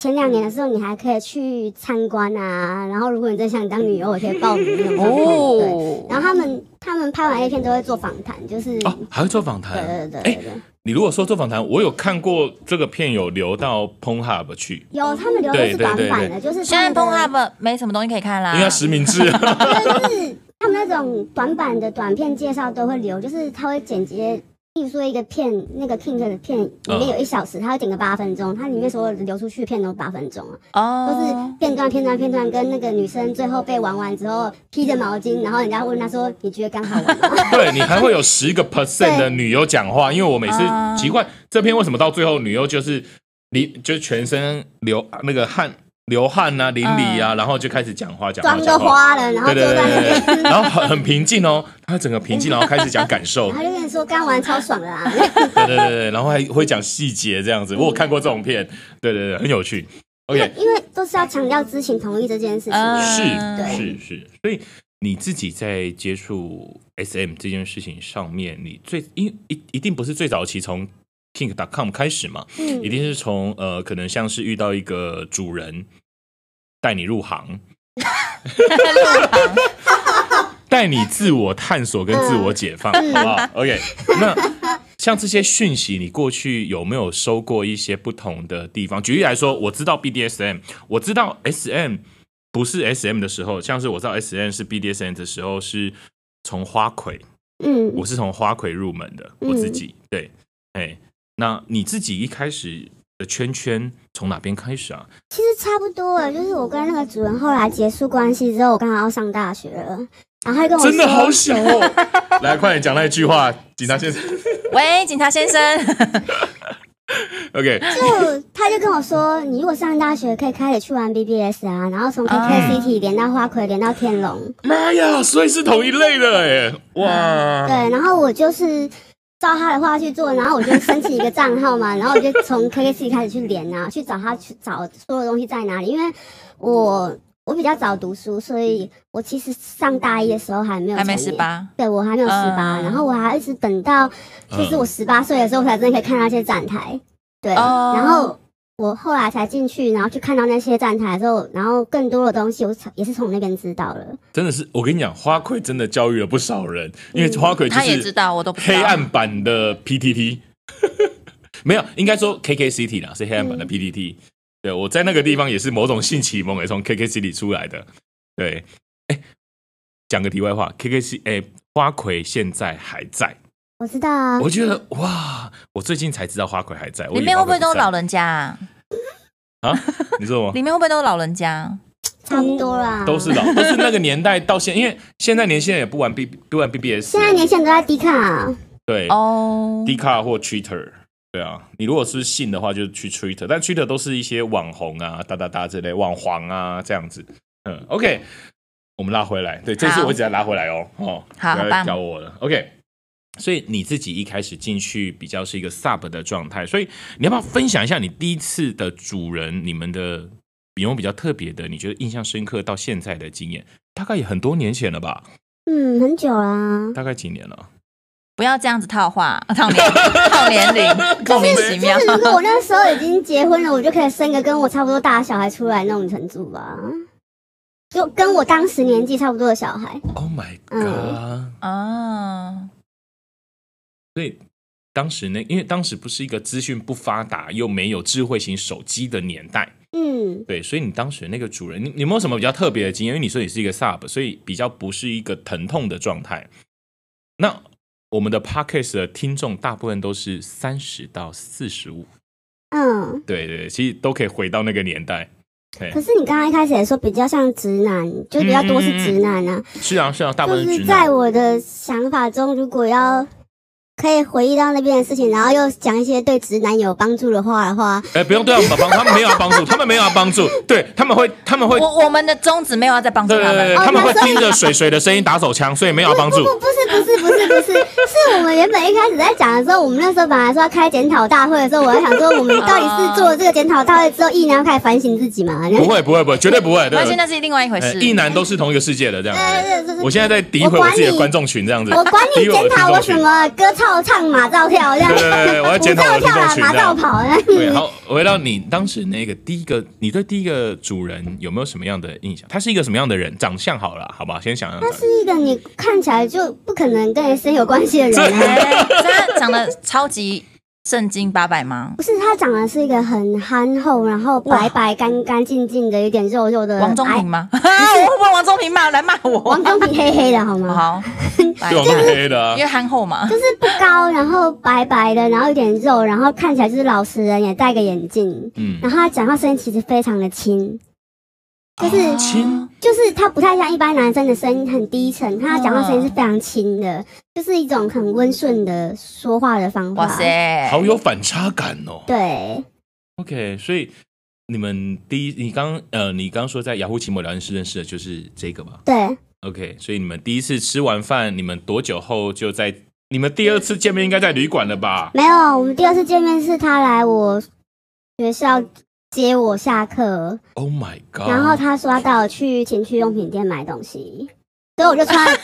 C: 前两年的时候，你还可以去参观啊，然后如果你真想当女优，也可以报名那种状况。对，然
B: 哦，
C: 后他们他们拍完 A 片都会做访谈，就是、
A: 哦，还会做访谈。
C: 对对对
A: 哎
C: 对对，
A: 你如果说做访谈，我有看过这个片有流到 p o n h u b 去，
C: 有他们留的是短版的，就是
B: 现
C: 他
B: 在
C: 们的
B: p o n h u b 没什么东西可以看啦
C: 啊
A: 因为，它实名
C: <laughs>
A: 制。
C: 就是他们那种短版的短片介绍都会留，就是他会剪接。例如说一个片，那个 King 的片里
A: 嗯
C: 面有一小时，他会剪个八分钟，它里面所有流出去的片都八分钟啊。都
B: 哦
C: 是，片段、片段、片段，跟那个女生最后被玩完之后披着毛巾，然后人家问她说：“你觉得刚好玩吗
A: <laughs> 对你还会有十个 percent 的女优讲话，因为我每次
B: 啊
A: 奇怪这篇为什么到最后女优就是淋，就是全身流那个汗流汗啊淋漓啊，然后就开始讲话？”讲话
C: 妆
A: 讲
C: 都
A: 话，
C: 嗯花了，然后
A: 对
C: 坐
A: 对对
C: 在那边，
A: 对对，然后很很平静哦，她整个平静，然后开始讲感受
C: <laughs> 然，后就跟你说：“刚玩超爽的啊啦。
A: 对对对对，然后还会讲细节这样子，我有看过这种片，对对对，很有趣。” OK，
C: <laughs> 因为都是要强调知情同意这件事情。
A: 嗯是
C: 对
A: 是是，所以你自己在接触 SM 这件事情上面，你最一一一定不是最早期从 King.com 开始嘛，一
C: 嗯，
A: 定是从呃，可能像是遇到一个主人带你入行，<laughs>
B: 入行
A: 带你自我探索跟自我解放，好不 <laughs> 好？OK，那像这些讯息，你过去有没有收过一些不同的地方？举例来说，我知道 BDSM，我知道 SM 不是 SM 的时候，像是我知道 SM 是 BDSM 的时候，是从花魁，
C: 嗯，
A: 我是从花魁入门的，我自己、对，哎，那你自己一开始的圈圈从哪边开始啊？
C: 其实差不多了，就是我跟那个主人后来结束关系之后，我刚好要上大学了，然后他就跟我
A: 真的好
C: 说。
A: 小哦！ <laughs> 来，快点讲那一句话，警察先生。
B: 喂，警察先生，
A: <laughs> OK，
C: 就他就跟我说，你如果上大学可以开始去玩 BBS 啊，然后从 KKCT 连到花魁，连到天龙，
A: 妈呀，所以是同一类的哎，哇！
C: 对，然后我就是照他的话去做，然后我就申请一个账号嘛，然后我就从 KKC 开始去连啊，去找他去找所有东西在哪里，因为我我比较早读书，所以我其实上大一的时候还没有
B: 还没
C: 成
B: 十
C: 年。
B: 八，
C: 对，我还没有十八、
B: 嗯
C: 然后我还一直等
A: 嗯
C: 到，就是我十八岁的时候，我才真的可以看到一些展台。对，
B: 哦
C: 然后我后来才进去，然后去看到那些展台之后，然后更多的东西，我才也是从那边知道了。
A: 真的是，我跟你讲，花魁真的教育了不少人，因为花魁就
B: 他也知
A: 是
B: 道，我都不知道
A: 黑暗版的 PTT，没有，应该说 KKCT 啦，是黑暗版的
C: 嗯
A: PTT。对，我在那个地方也是某种性启蒙，也从 KKCT 出来的。对，哎，讲个题外话，KKC 哎，花魁现在还在，
C: 我知道啊，
A: 我觉得哇，我最近才知道花魁还在。我以为
B: 嗯里面会不会都是老
A: 花魁
B: 人家、啊？
A: 在啊？你说我
B: 里面会不会都是老人家？
C: 差不多啦。
A: 都是老，都是那个年代到现，因为现在年轻人也不玩 B 不玩 BBS，
C: 现在年轻人都在低看啊，
A: 对
B: 哦
A: d 卡或 Twitter。对啊，你如果是信的话，就去 Twitter，但 Twitter 都是一些网红啊、哒哒哒之类、网黄啊这样子。嗯，OK，我们拉回来，对，这次
B: 好
A: 我一直在拉回来哦，哦，
B: 好
A: 不要再
B: 棒
A: 挑我了，OK。所以你自己一开始进去比较是一个 sub 的状态，所以你要不要分享一下你第一次的主人，你们的有没有比较特别的，你觉得印象深刻到现在的经验？大概也很多年前了吧？
C: 嗯，很久啦。
A: 大概几年了？
B: 不要这样子套话，套年
A: <laughs>
B: 套年龄，莫名其妙。
C: 如果我那时候已经结婚了，我就可以生个跟我差不多大的小孩出来那种程度吧，就跟我当时年纪差不多的小孩。
A: Oh my god！、
C: 嗯
B: 啊，
A: 所以当时呢，因为当时不是一个资讯不发达又没有智慧型手机的年代，
C: 嗯，
A: 对，所以你当时那个主人，你你有没有什么比较特别的经验？因为你说你是一个 sub，所以比较不是一个疼痛的状态。那我们的 podcast 的听众大部分都是三十到四十五，
C: 嗯。
A: 对对，对其实都可以回到那个年代。对
C: 可，是你刚刚一开始也说比较像直男，就比较多是直男啊。
A: 是啊是啊，大部
C: 就
A: 分是
C: 是
A: 直
C: 在
A: 男。
C: 我的想法中，如果要可以回忆到那边的事情，然后又讲一些对直男有帮助的话的话，
A: 哎，不用对他们帮，他们没有要帮
C: <laughs>
A: 助，他们没有要帮助，对他们会，他们会，
B: 我我们的宗旨没有要再帮助
A: 对对
B: 他
A: 对，
B: 们，
A: 他们会
C: 哦那所以
A: 听着水水的声音打手枪，所以没有要帮助。
C: 不不是不是不是不是，是我们原本一开始在讲的时候，我们那时候本来说要开检讨大会的时候，我还想说我们到底是做了这个检讨大会之后，一男要开始反省自己嘛？
A: <laughs> 不会不会不会，绝对不会。
B: 没
A: 对
B: 关系，那是另外一回
A: 呃
B: 事。
A: 一男都是同一个世界的这样。
C: 对对对对对
A: 我现在在诋毁我自己的观众群这样子。
C: 嗯我管你
A: 诋毁我的
C: 检讨
A: 听
C: 我
A: 众群
C: 什？么歌唱唱马照跳这样，
A: 对对对对我要检讨我的
C: 舞照
A: 听
C: 跳
A: 众
C: 啊
A: 群
C: 马
A: 这样
C: 照跑啊。
A: <laughs> 对，好，回到你当时那个第一个，你对第一个主人有没有什么样的印象？他是一个什么样的人？长相好了，好吧，先想想看。
C: 他是一个你看起来就不可能跟 S N 有关系的人啊。
B: 哎所以他长得超级正经八百吗？
C: 不是，他长得是一个很憨厚，然后白白干干净净的，有点肉肉
A: 呃
C: 的
B: 王宗
C: 哎
B: 平吗？ <laughs> 我会不会王宗平骂来骂我？
C: 王中平黑黑的好
B: <laughs>
C: 吗？
B: 好，来
A: 嗯对，我是黑的啊
B: 因为。憨厚嘛
C: 就，是不高，然后白白的，然后有点肉，然后看起来就是老实人，也戴个眼镜。
A: 嗯，
C: 然后他讲话声音其实非常的轻，就是、
A: 亲，
C: 就是他不太像一般男生的声音很低沉，他讲话声音是非常轻的，就是一种很温顺的说话的方法。
B: 哇！塞，
A: 好有反差感哦。
C: 对，
A: OK，所以你们第一，你刚呃，你刚说在雅虎奇摩聊天室认识的就是这个吧？
C: 对，
A: OK，所以你们第一次吃完饭，你们多久后就在？你们第二次见面应该在旅馆了吧？
C: 没有，我们第二次见面是他来我学校接我下课，
A: Oh my
B: 哦
A: god！
C: 然后他说他带我去情趣用品店买东西，所以我就
B: <laughs>
C: 穿，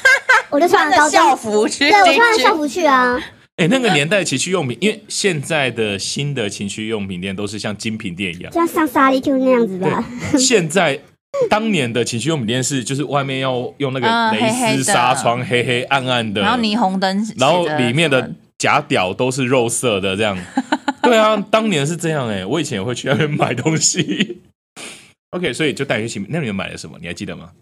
C: 我就
B: 穿
C: 穿了高
B: 着
C: 中
B: 校服去
C: 对我
B: 进
C: 穿着校
B: 去，
C: 服去啊，
A: 哎、那个年代情趣用品，因为现在的新的情趣用品店都是像精品店一样
B: <laughs>
C: 就，像上沙利 Q 那样子吧。
A: 现在。当年的情趣用品店是，就是外面要用那个
B: 嗯黑
A: 蕾
B: 黑
A: 丝
B: 的
A: 纱窗，黑黑暗暗的，
B: 然后霓虹灯，
A: 然后里面的假屌都是肉色的，这
B: <laughs>
A: 样。对啊，当年是这样哎、我以前也会去那边买东西。OK，所以就带你去情，那你们买了什么？你还记得吗？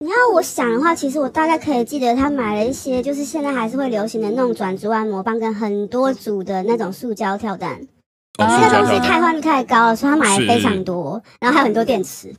C: 你要我想的话，其实我大概可以记得他买了一些，就是现在还是会流行的那种转珠按摩棒，跟很多组的那种塑胶跳蛋。
A: 哦，
B: 啊
C: 那
A: 塑
C: 个
A: 胶
C: 东西
A: 跳蛋
C: 太换率太高了，所以他买了非
A: <laughs>
C: 常多，然后还有很多电池。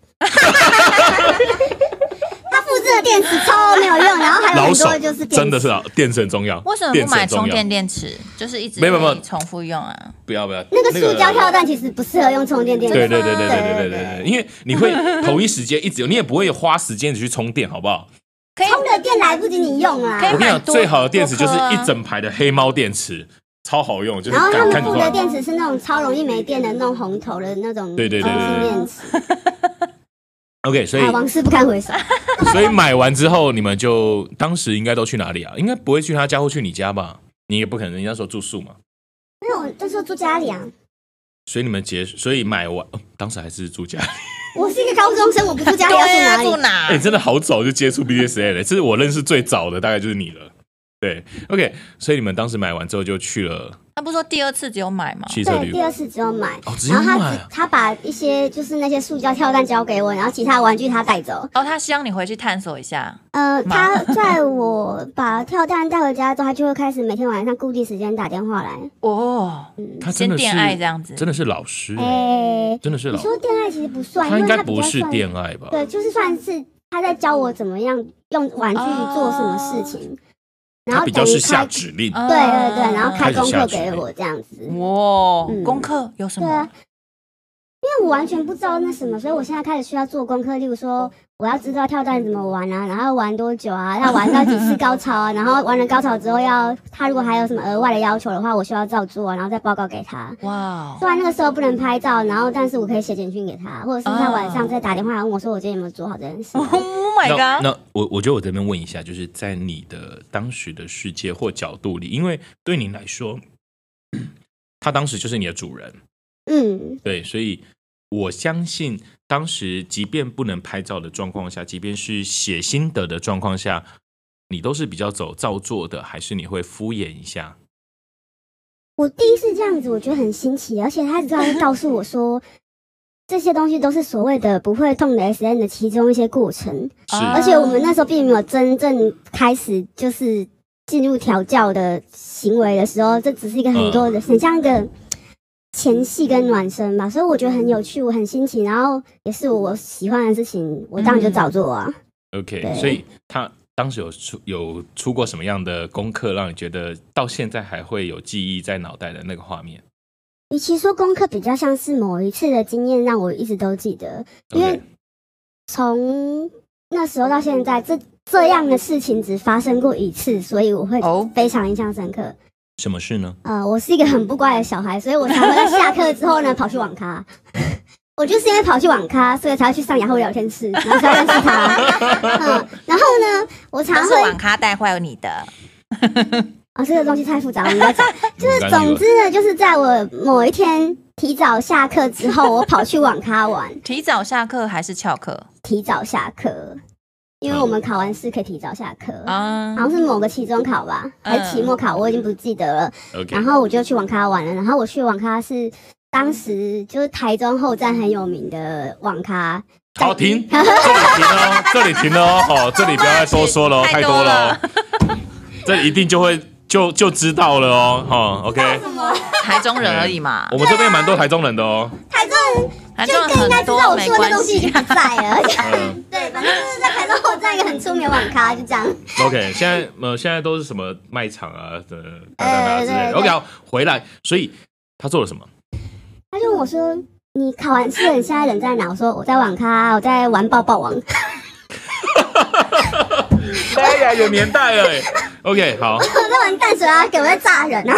C: 他复制的电池超没有用，然后还有
A: 老
C: 很
A: 手
C: 多就是电池
A: 真的是啊，电池很重要。
B: 为什么
A: 电
B: 不
A: 池很
B: 买
A: 重
B: 充
A: 要
B: 电电池？就是一直
A: 没有没有
B: 重复用啊。
A: 不要不要，
C: 那个塑胶跳蛋其实不适合用充电电池。
A: 对对对对对
C: 对
A: 对对对，
C: 对
A: 因为你会同一时间一直有，你也不会花时间去充电，好不好？
B: 可以
C: 充的电来不及你用啊
B: 可。以
A: 我跟你
B: 买
A: 讲，
B: 多
A: 最好的电池就是
B: 多颗啊
A: 一整排的黑猫电池，超好用，就是
C: 然后他
A: 看
C: 们
A: 看就
C: 附
A: 知
C: 的
A: 道。
C: 电池是那种超容易没电的那种红头的那种
A: 对对对对对
C: 电池，
A: OK，所以
C: 啊，往事不堪回首。 <laughs>
A: 所以买完之后，你们就当时应该都去哪里啊？应该不会去他家或去你家吧？你也不可能，你那时候住宿嘛。
C: 因为我那时候住家里啊，
A: 所以你们结，所以买完，哦当时还是住家里。
C: 我是一个高中生，我不住家里
B: 对啊，
C: 要住
B: 住
A: <laughs> 哎
C: 哪里？
B: 哪
A: 欸哎、？真的好早就接触 BDSM 了，这是我认识最早的，大概就是你了。对，OK，所以你们当时买完之后就去
C: 哦
A: 了
B: 他不是说第二次只有买吗？
A: 汽车
C: 对，
A: 旅
C: 第二
A: 馆，
C: 次只有买，
A: 哦只有
C: 然后他
A: 买
C: 只他把一些就是那些塑胶跳蛋交给我，然后其他玩具他带走。
B: 哦，他希望你回去探索一下。
C: 呃，
B: 妈
C: 他在我把跳蛋带回家之后，他就会开始每天晚上固定时间打电话来。
B: 哦，
A: 他真
B: 先
A: 的是
B: 恋爱这样子，
A: 真的是老师欸、
C: 哎、
A: 真的是
C: 你
A: 老，
C: 说恋爱其实不算，
A: 他
C: 因
A: 应
C: 为
A: 该
C: 他比
A: 不
C: 较
A: 是
C: 算
A: 恋爱吧？
C: 对，就是算是他在教我怎么样用玩具
B: 哦
C: 做什么事情，然
A: 他
C: 后
A: 比较
C: 等于
A: 是
C: 哦
A: 下
C: 开，
A: 指令，
B: 嗯
C: 对对对，然后开
A: 开始
C: 功
A: 下
C: 课
A: 指
C: 给
A: 令
C: 我这样子。
B: 哇，
C: 嗯
B: 功课有什
C: 对啊
B: 么？
C: 因为我完全不知道那什么，所以我现在开始需要做功课，例如说我要知道跳蛋怎么玩啊，然后要玩多久啊，要玩到几次高潮啊，然后完了高潮之后要他如果还有什么额外的要求的话，我需要照做啊，然后再报告给他。
B: 哇，
C: 虽然那个时候不能拍照，然后但是我可以写简讯给他，或者是他晚
B: 啊
C: 上再打电话来问我说我今天有没有做好这件
B: <laughs>
C: 事。
B: Oh my
A: 那
B: god！
A: 那我我觉得我这边问一下，就是在你的当时的世界或角度里，因为对你来说， <clears throat> 他当时就是你的主人，
C: 嗯，
A: 对，所以我相信当时即便不能拍照的状况下，即便是写心得的状况下，你都是比较走照做的，还是你会敷衍一下？
C: 我第一次这样子，我觉得很新奇，而且他知道会告诉我说。这些东西都是所谓的不会动的 S N 的其中一些过程，
A: 是
B: 啊
C: 而且我们那时候并没有真正开始就是进入调教的行为的时候，这只是一个很多的，很像一个前戏跟暖身吧，所以我觉得很有趣，我很新奇，然后也是我喜欢的事情，我当然就早做啊。
A: OK，
C: 对
A: 所以他当时有出有出过什么样的功课，让你觉得到现在还会有记忆在脑袋的那个画面
C: 与其说功课，比较像是某一次的经验让我一直都记得，因为
A: ？OK，
C: 从那时候到现在，这这样的事情只发生过一次，所以我会
B: 哦
C: 非常印象深刻。
A: 什么事呢？
C: 呃，我是一个很不乖的小孩，所以我才会在下课之后呢跑去网咖。我就是因为跑去网咖，所以才会去上雅虎聊天室，然后才认识他。嗯，然后呢，我
B: 都
C: 常
B: 是
C: 会
B: 网咖带坏你的，
C: 啊、这个东西太复杂，我们不要讲。
A: 就是
C: 总之呢，呃就是在我某一天提早下课之后，我跑去网咖玩，
B: 提早下课还是翘课
C: 提早下课，因为我们考完试可以提早下课。
B: 啊
C: 嗯好？像是某个期中考吧，
B: 嗯
C: 还是期末考，我已经不记得了。
A: OK，
C: 然后我就去网咖玩了。然后我去网咖是当时就是台中后站很有名的网咖，
A: 好停，这里停哦，这里停了哦，好，这里不要再多说了哦，
B: 太
A: 太
B: 多
A: 多了哦， <laughs> 这一定就会就就知道了哦，哈，OK，
B: 台中人而已嘛
A: <laughs> 我，们这边蛮多台中人的哦，
C: <laughs> 台中
B: 台
C: 就
B: 中人
C: 应该
B: 很
C: 知道
B: 多
C: 我
B: 没
C: 说的
B: 关
C: 东西已
B: 系
C: 经。不在了。
A: 嗯
C: 对，反正就是在台中后站一个很出名的网咖，就这样。
A: ，OK，现在呃现在都是什么卖场啊的，哒哒哒之类
C: 哎对
A: 的
C: 对对
A: ，OK，好回来，所以他做了什么？
C: 他就问我说：“你考完试了，你现在人在哪？”我说：“我在网咖，我在玩抱抱王。 <laughs>
A: 哎呀，有年代了哎，OK，好，
C: 我在玩淡水啊，给我在炸人啊。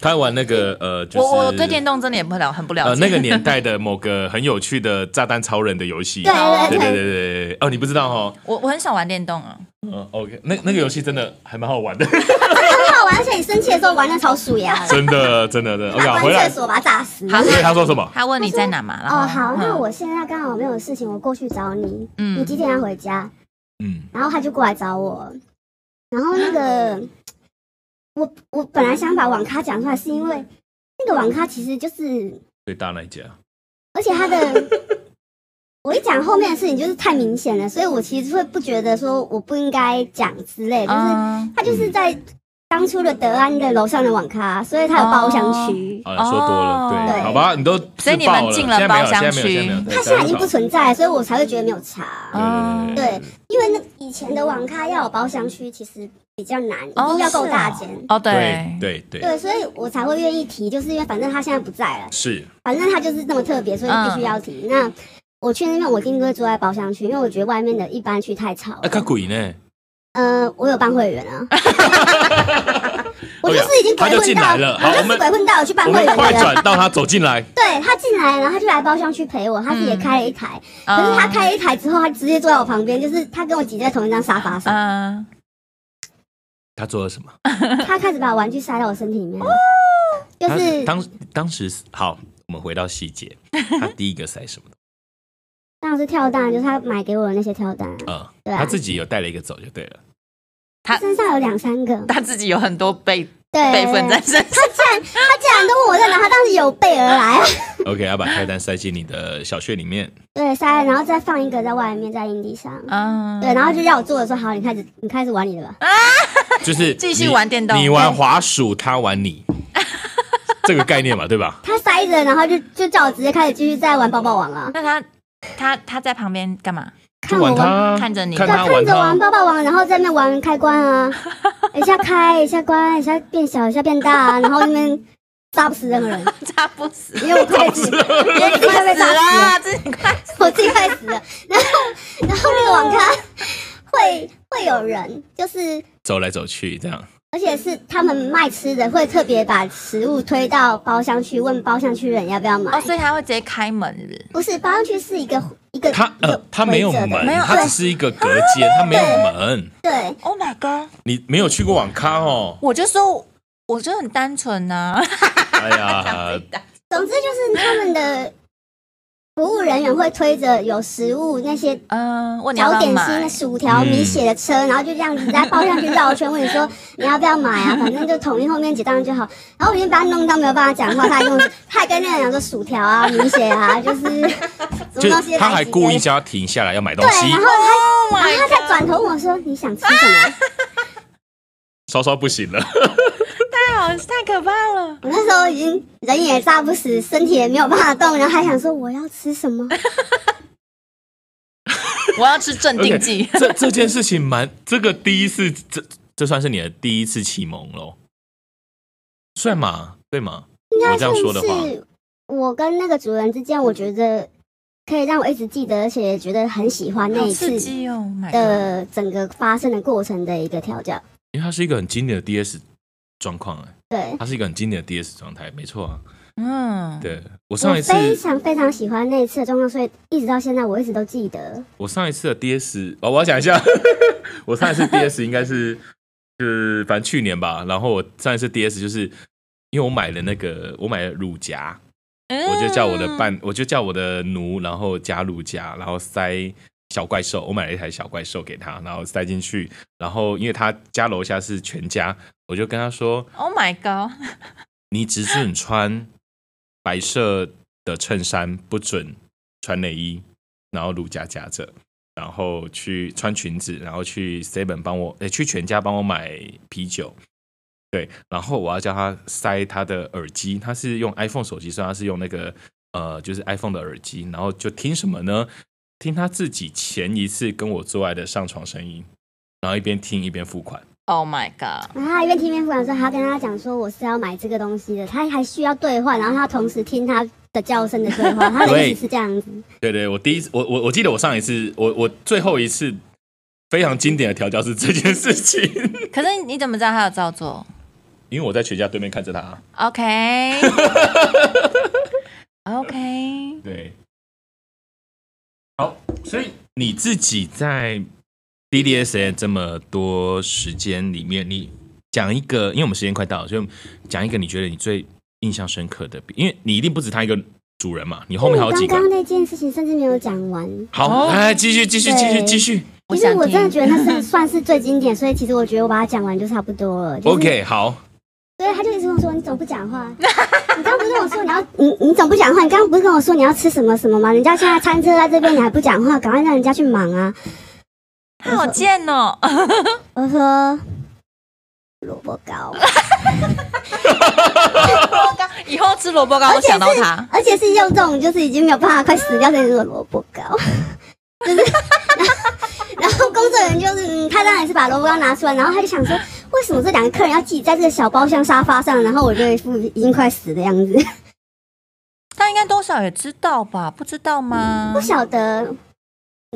A: 他玩那个呃， <laughs> 就是
B: 我我对电动真的也不了很不了
A: 呃
B: 解。
A: 那个年代的某个很有趣的炸弹超人的游戏，
C: 对
A: 对
C: 对对
A: 对
C: <laughs>
A: 对对对，哦，你不知道哦。
B: 我我很少玩电动啊，
A: 嗯，OK，那那个游戏真的还蛮好玩的，
C: 很好玩，而且你生气的时候玩的超舒压的，
A: 真的真的真的。OK，好
B: <laughs>
C: 关
A: 回来
C: 厕，所把他炸死。
B: 好
A: 所以他说什么？
B: 他问你在哪嘛，然后
C: 哦，好，那
B: 嗯
C: 我现在刚好没有事情，我过去找你。
B: 嗯
C: 你几点要回家？
A: 嗯，
C: 然后他就过来找我，然后那个我我本来想把网咖讲出来，是因为那个网咖其实就是，
A: 最大那一家，
C: 而且
B: <laughs>
C: 他的我一讲后面的事情就是太明显了，所以我其实会不觉得说我不应该讲之类的，就是
B: 嗯
C: 他就是在当初的德安的楼上的网咖，所以他有包厢区。
A: 好像说多了，
B: 哦
A: 对，
C: 对
A: 好吧，你都自爆
B: 所以你们进了
A: 现在没有
B: 包厢区
A: 现在没有现在没有对
C: 他现在已经不
A: 对
C: 存在了，所以我才会觉得没有差。
B: 哦
A: 对对
C: 对，因为那以前的网咖要有包厢区，其实比较难，
B: 哦
C: 要够
B: 是
C: 大
B: 哦
C: 间。
B: 哦
A: 对
B: 对，
A: 对对对，
C: 对，所以我才会愿意提，就是因为反正他现在不在了，
A: 是
C: 反正他就是这么特别，所以必
A: 嗯
C: 须要提。那我去那边，我一定都会住在包厢区，因为我觉得外面的一般区太吵了。
A: 啊，看鬼呢，
C: 呃，我有办会员
A: <laughs>
C: 啊，我就
A: OK，
C: 是已经
A: 哦他
C: 鬼
A: 就
C: 混
A: 进
C: 到，
A: 来了好
C: 我
A: 我
C: 就
A: 们
C: 是鬼混到我去办
A: 我
C: 会
A: 们
C: 员的
A: 快
C: 人。
A: 转到他走进来，
C: 对他进来，然后他就来包厢区陪我，他自己也开了一台，
B: 嗯
A: 嗯
C: 可是他开了一台之后，他直接坐在我旁边，就是他跟我挤在同一张沙发上，
B: 啊，
A: 他做了什么？
C: 他开始把玩具塞到我身体里面，
B: 哦
C: 就是
A: 他当当时好，我们回到细节，他第一个塞
C: <laughs>
A: 什么？
C: 当然是跳蛋，就是他买给我的那些跳蛋啊。
A: 嗯，
C: 对啊
A: 他自己有带了一个走就对了，
B: 他
C: 身上有两三个，
B: 他自己有很多备
C: 对，
B: 备份在身上，
C: 他竟然都问我在哪，他当时有备而来。
A: OK，要把菜单塞进你的小穴里面。
C: 对，塞，然后再放一个在外面，在阴地上。
B: 嗯，
C: 对，然后就让我做的时候，好，你开始，你开始玩你的吧。
B: 啊
A: 就是
B: <laughs> 继续
A: 你
B: 玩电动
A: 你玩滑鼠，他玩
B: <laughs>
A: 你，这个概念嘛，对吧？
C: 他塞着，然后就就叫我直接开始继续在玩抱抱网啊，
B: 那他他他在旁边干嘛？ <laughs>
A: 就
C: 看我
A: 玩
C: 玩，
A: 他，
B: 看着你
A: 看
C: 对
A: 他
C: 看
A: 玩
C: 着玩
A: 他。
C: 抱抱网，然后在那边玩开关
B: <laughs>
C: 啊，一下开，一下关，一下变小，一下变大、啊，然后那边杀不死任何人，
B: 扎不死，
C: 因为我快死，因为快被
B: 死
C: 炸死了，
B: 啦，自己快死。
C: 我自己快死了。然后，然后那个网咖会会有人，就是
A: 走来走去这样。
C: 而且是他们卖吃的，会特别把食物推到包厢去，问包厢区人要不要买。
B: 哦，所以他会直接开门，是不是？
C: 不是包厢区是一个一个，
A: 他呃，他没有
C: 一个
A: 门
C: 围着的，
B: 没有
A: 他只是一个隔间，他没有门。
C: 对，
B: Oh my god！
A: 你没有去过网咖哦？
B: 我就说，我就很单纯啊呐、
A: 哎呀，
B: 啊。
C: 总之就是他们的服务人员会推着有食物那些
B: <laughs> 嗯，问你要
C: 小
B: 不要
C: 点心、
B: 买？
C: 薯条、
A: 嗯
C: 米血的车，然后就这样子在包厢去绕圈，问你 <laughs> 说你要不要买啊？反正就统一后面结账就好。然后我已经把他弄到没有办法讲话，他还跟我，他还跟那个人讲说薯条啊、米血啊，就是什么
A: 就
C: 东西
A: 是
C: 来
A: 他
C: 几
A: 还
C: 个
A: 故意叫他停下来要买东
C: 对，
A: 西
C: 然，后他。
B: Oh
C: 然后他
B: my
C: 再
B: god！
C: 转头问我说：“你想吃什么 <laughs>
A: 稍稍不行了。
B: 太好，太可怕了！”
C: 我那时候已经人也炸不死，身体也没有办法动，然后还想说我要
A: <laughs>
C: 吃什么？
B: 我要吃镇定剂。
A: <laughs>
C: <laughs>
A: 这这件事情蛮，这个第一次，这这算是你的第一次启蒙喽，算嘛？对吗？我这样说的话，
C: 是我跟那个主人之间，我觉得可以让我一直记得，而且也觉得很喜欢那
B: 好
C: 一次
B: 刺激哦！My God！
C: 的整个发生的过程的一个调教。
A: 因为它是一个很经典的 DS 状况，哎，
C: 对，
A: 它是一个很经典的 DS 状态，没错啊。
B: 嗯，
A: 对我
C: 我
A: 上一次，
C: 非常非常喜欢那一次的状况，所以一直到现在我一直都记得。
A: 我上一次的 DS，哦，我要讲一下， <laughs> 我上一次 DS 应该是就是反正去年吧，然后我上一次 DS 就是因为我买了那个我买了乳夹，
B: 嗯
A: 我就叫我的伴，我就叫我的奴，然后加入家，然后塞小怪兽，我买了一台小怪兽给他，然后塞进去，然后因为他家楼下是全家，我就跟他说，
B: Oh my god！
A: 你只准穿白色的衬衫，不准穿内衣，然后乳夹夹着，然后去穿裙子，然后去 Seven 帮我，诶、去全家帮我买啤酒。对，然后我要叫他塞他的耳机，他是用 iPhone 手机，所以他是用那个呃，就是 iPhone 的耳机，然后就听什么呢？听他自己前一次跟我做爱的上床声音，然后一边听一边付款。
B: Oh my god！
C: 然后啊他一边听一边付款的时候，还要跟他讲说我是要买这个东西的，他还需要对话，然后他同时听他的叫声的对
A: 嗯
C: 话，他的意思是这样子。
A: 对对，我第一次，我我我记得我上一次，我我最后一次非常经典的调教是这件事情， <laughs>
B: 可是你怎么知道他有照做
A: 因为我在全家对面看着他。 <laughs>
B: ？OK。OK，
A: 对，好，所以你自己在 DDSN 这么多时间里面，你讲一个，因为我们时间快到了，所以讲一个你觉得你最印象深刻的，因为你一定不止他一个主人嘛，你后面还有几
C: 哦刚
A: 个。
C: 刚那件事情甚至没有讲完，
A: 好，
B: 哦
A: 来继续继续继续继续。
B: 我
C: 其实
B: 想
C: 我真的觉
B: 得
C: 得那是算是最经典，所以其实我觉得我把它讲完就差不多了。就是、
A: OK，好，
C: 对，他就一直跟我说你总不讲话，你刚不是跟我说你要你你总不讲话，你刚刚不是跟我说你要吃什么什么吗？人家现在餐车在这边，你还不讲话，赶快让人家去忙啊！
B: 他好贱哦。
C: 我说萝卜糕，
B: 萝卜糕， <laughs> 以后吃萝卜糕，我想到他。
C: 而且是用这种就是已经没有办法快死掉的那种萝卜糕，就是。然后然后工作人员就是，嗯，他当然是把萝卜糕拿出来，然后他就想说，为什么这两个客人要自己在这个小包厢沙发上？然后我就一副已经快死的样子。
B: 他应该多少也知道吧？不知道吗
C: 不？晓得，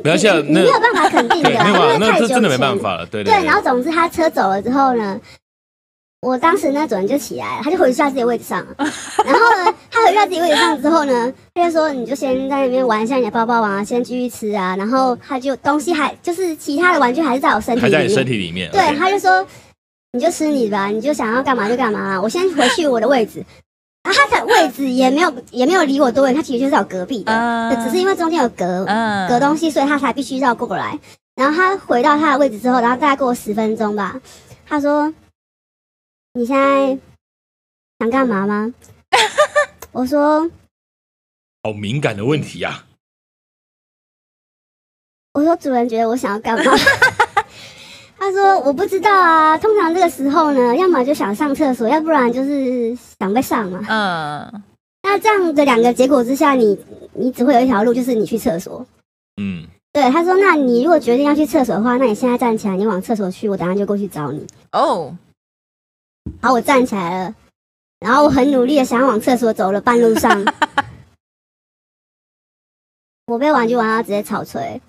A: 不要笑，
C: 你
A: 那
C: 没有办法肯定的，
A: 对，没有办法，
C: 因为
A: 那
C: 太
A: 这
C: 久
A: 真的没
C: 前
A: 办。法了，对
C: 对，然后总之他车走了之后呢，我当时那主人就起来了，他就回去他自己的位置上了。然后呢，他回去他自己位置上之后呢，他就说你就先在那边玩一下你的包包啊，先继续吃啊。然后他就东西还就是其他的玩具还是在我身体
A: 还
C: 里
A: 在
C: 面，
A: 你身体里面。
C: 对，
A: OK
C: 他就说你就吃你吧，你就想要干嘛就干嘛、啊我先回去我的位置。然后他的位置也没有也没有离我多远，他其实就是在我隔壁的，
B: 啊
C: 只是因为中间有隔，
B: 嗯
C: 隔东西，所以他才必须绕过来。然后他回到他的位置之后，然后大概过十分钟吧，他说：“你现在想干嘛吗？” <laughs> 我说
A: 好敏感的问题啊呀、：“
C: 我说主人觉得我想要干嘛？” <laughs> 他说：“我不知道啊，通常这个时候呢，要么就想上厕所，要不然就是想被上嘛。
B: 嗯，
C: 那这样的两个结果之下，你你只会有一条路，就是你去厕所。
A: 嗯，
C: 对，他说：“那你如果决定要去厕所的话，那你现在站起来，你往厕所去，我等下就过去找你。”
B: 哦，
C: 然后我站起来了，然后我很努力的想要往厕所走了，半
A: <laughs>
C: 路上我被玩具玩到直接草锤，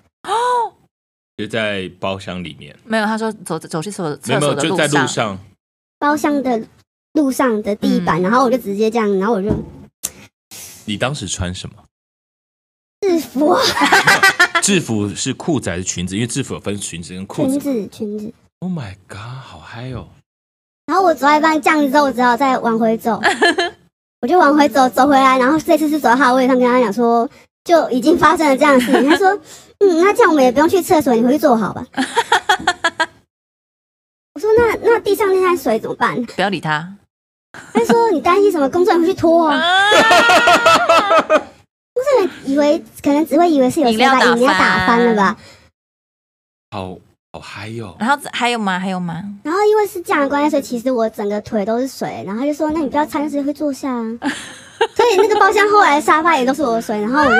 A: 就在包厢里面，
B: 没有，他说走走去厕所
A: 没有没
B: 厕
A: 有
B: 所的
A: 就在路
B: 上，
A: 上，
C: 包厢的路上的地
A: 嗯
C: 板，然后我就直接这样，然后我就
A: 你当时穿什么？
C: 制服啊
A: 制服是裤子还是裙子？因为制服有分裙子跟裤
C: 裙
A: 子。
C: 子裙子，
A: Oh my god，好嗨哦！
C: 然后我走到一半这样子之后，我只好再往
A: <laughs>
C: 回走，我就往回走走回来，然后这次是走到他的位置上跟他讲说。就已经发生了这样的事
A: <laughs>
C: 情，他说：“嗯，那这样我们也不用去厕所，你回去坐好吧。”我说：“那那地上那滩水怎么办？”
B: 不要理他。
C: 他说：“你担心什么工作？你回去
B: <laughs>
C: 拖、啊。以为可能只会以为是有
B: 饮料
C: 谁把饮料
B: 打翻
C: 打翻了吧。
A: 好好嗨哟、
B: 然后还有吗？还有吗？
C: 然后因为是这样的关系，所以其实我整个腿都是水。然后他就说：‘那你不要擦，就是会坐
B: <laughs>
C: 下啊。’所以那个包厢后来的沙发也都是我的水。然后我就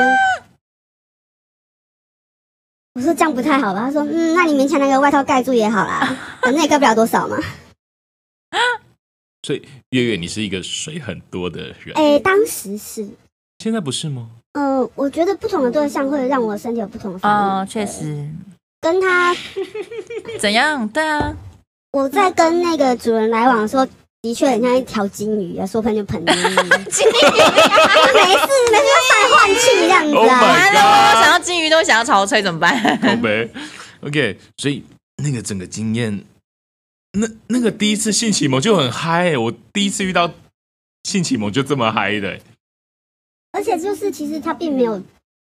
C: 我说这样不太好吧？他说：‘嗯，那你勉强那个外套盖住也好
B: <laughs>
C: 啦，反正也盖不了多少嘛。’
A: 所以月月，你是一个水很多的人，
C: 哎，当时是，
A: 现在不是吗？
C: 呃，我觉得不同的对象会让我身体有不同的反应。
A: 嗯
B: 哦，确实，
C: 跟他
B: 怎样？对啊，
C: 我在跟那个主人来往的时候，的确很像一条金鱼啊，说喷就喷 <laughs> 的，没事没事换来换去这样子
B: <laughs>
A: Oh my
C: 啊。
B: 完了，我哎想要金鱼都想要潮吹，怎么办？
A: 好呗，OK。所以那个整个经验，那那个第一次性启蒙就很嗨、欸，我第一次遇到性启蒙就这么嗨的欸、
C: 而且就是其实他并没有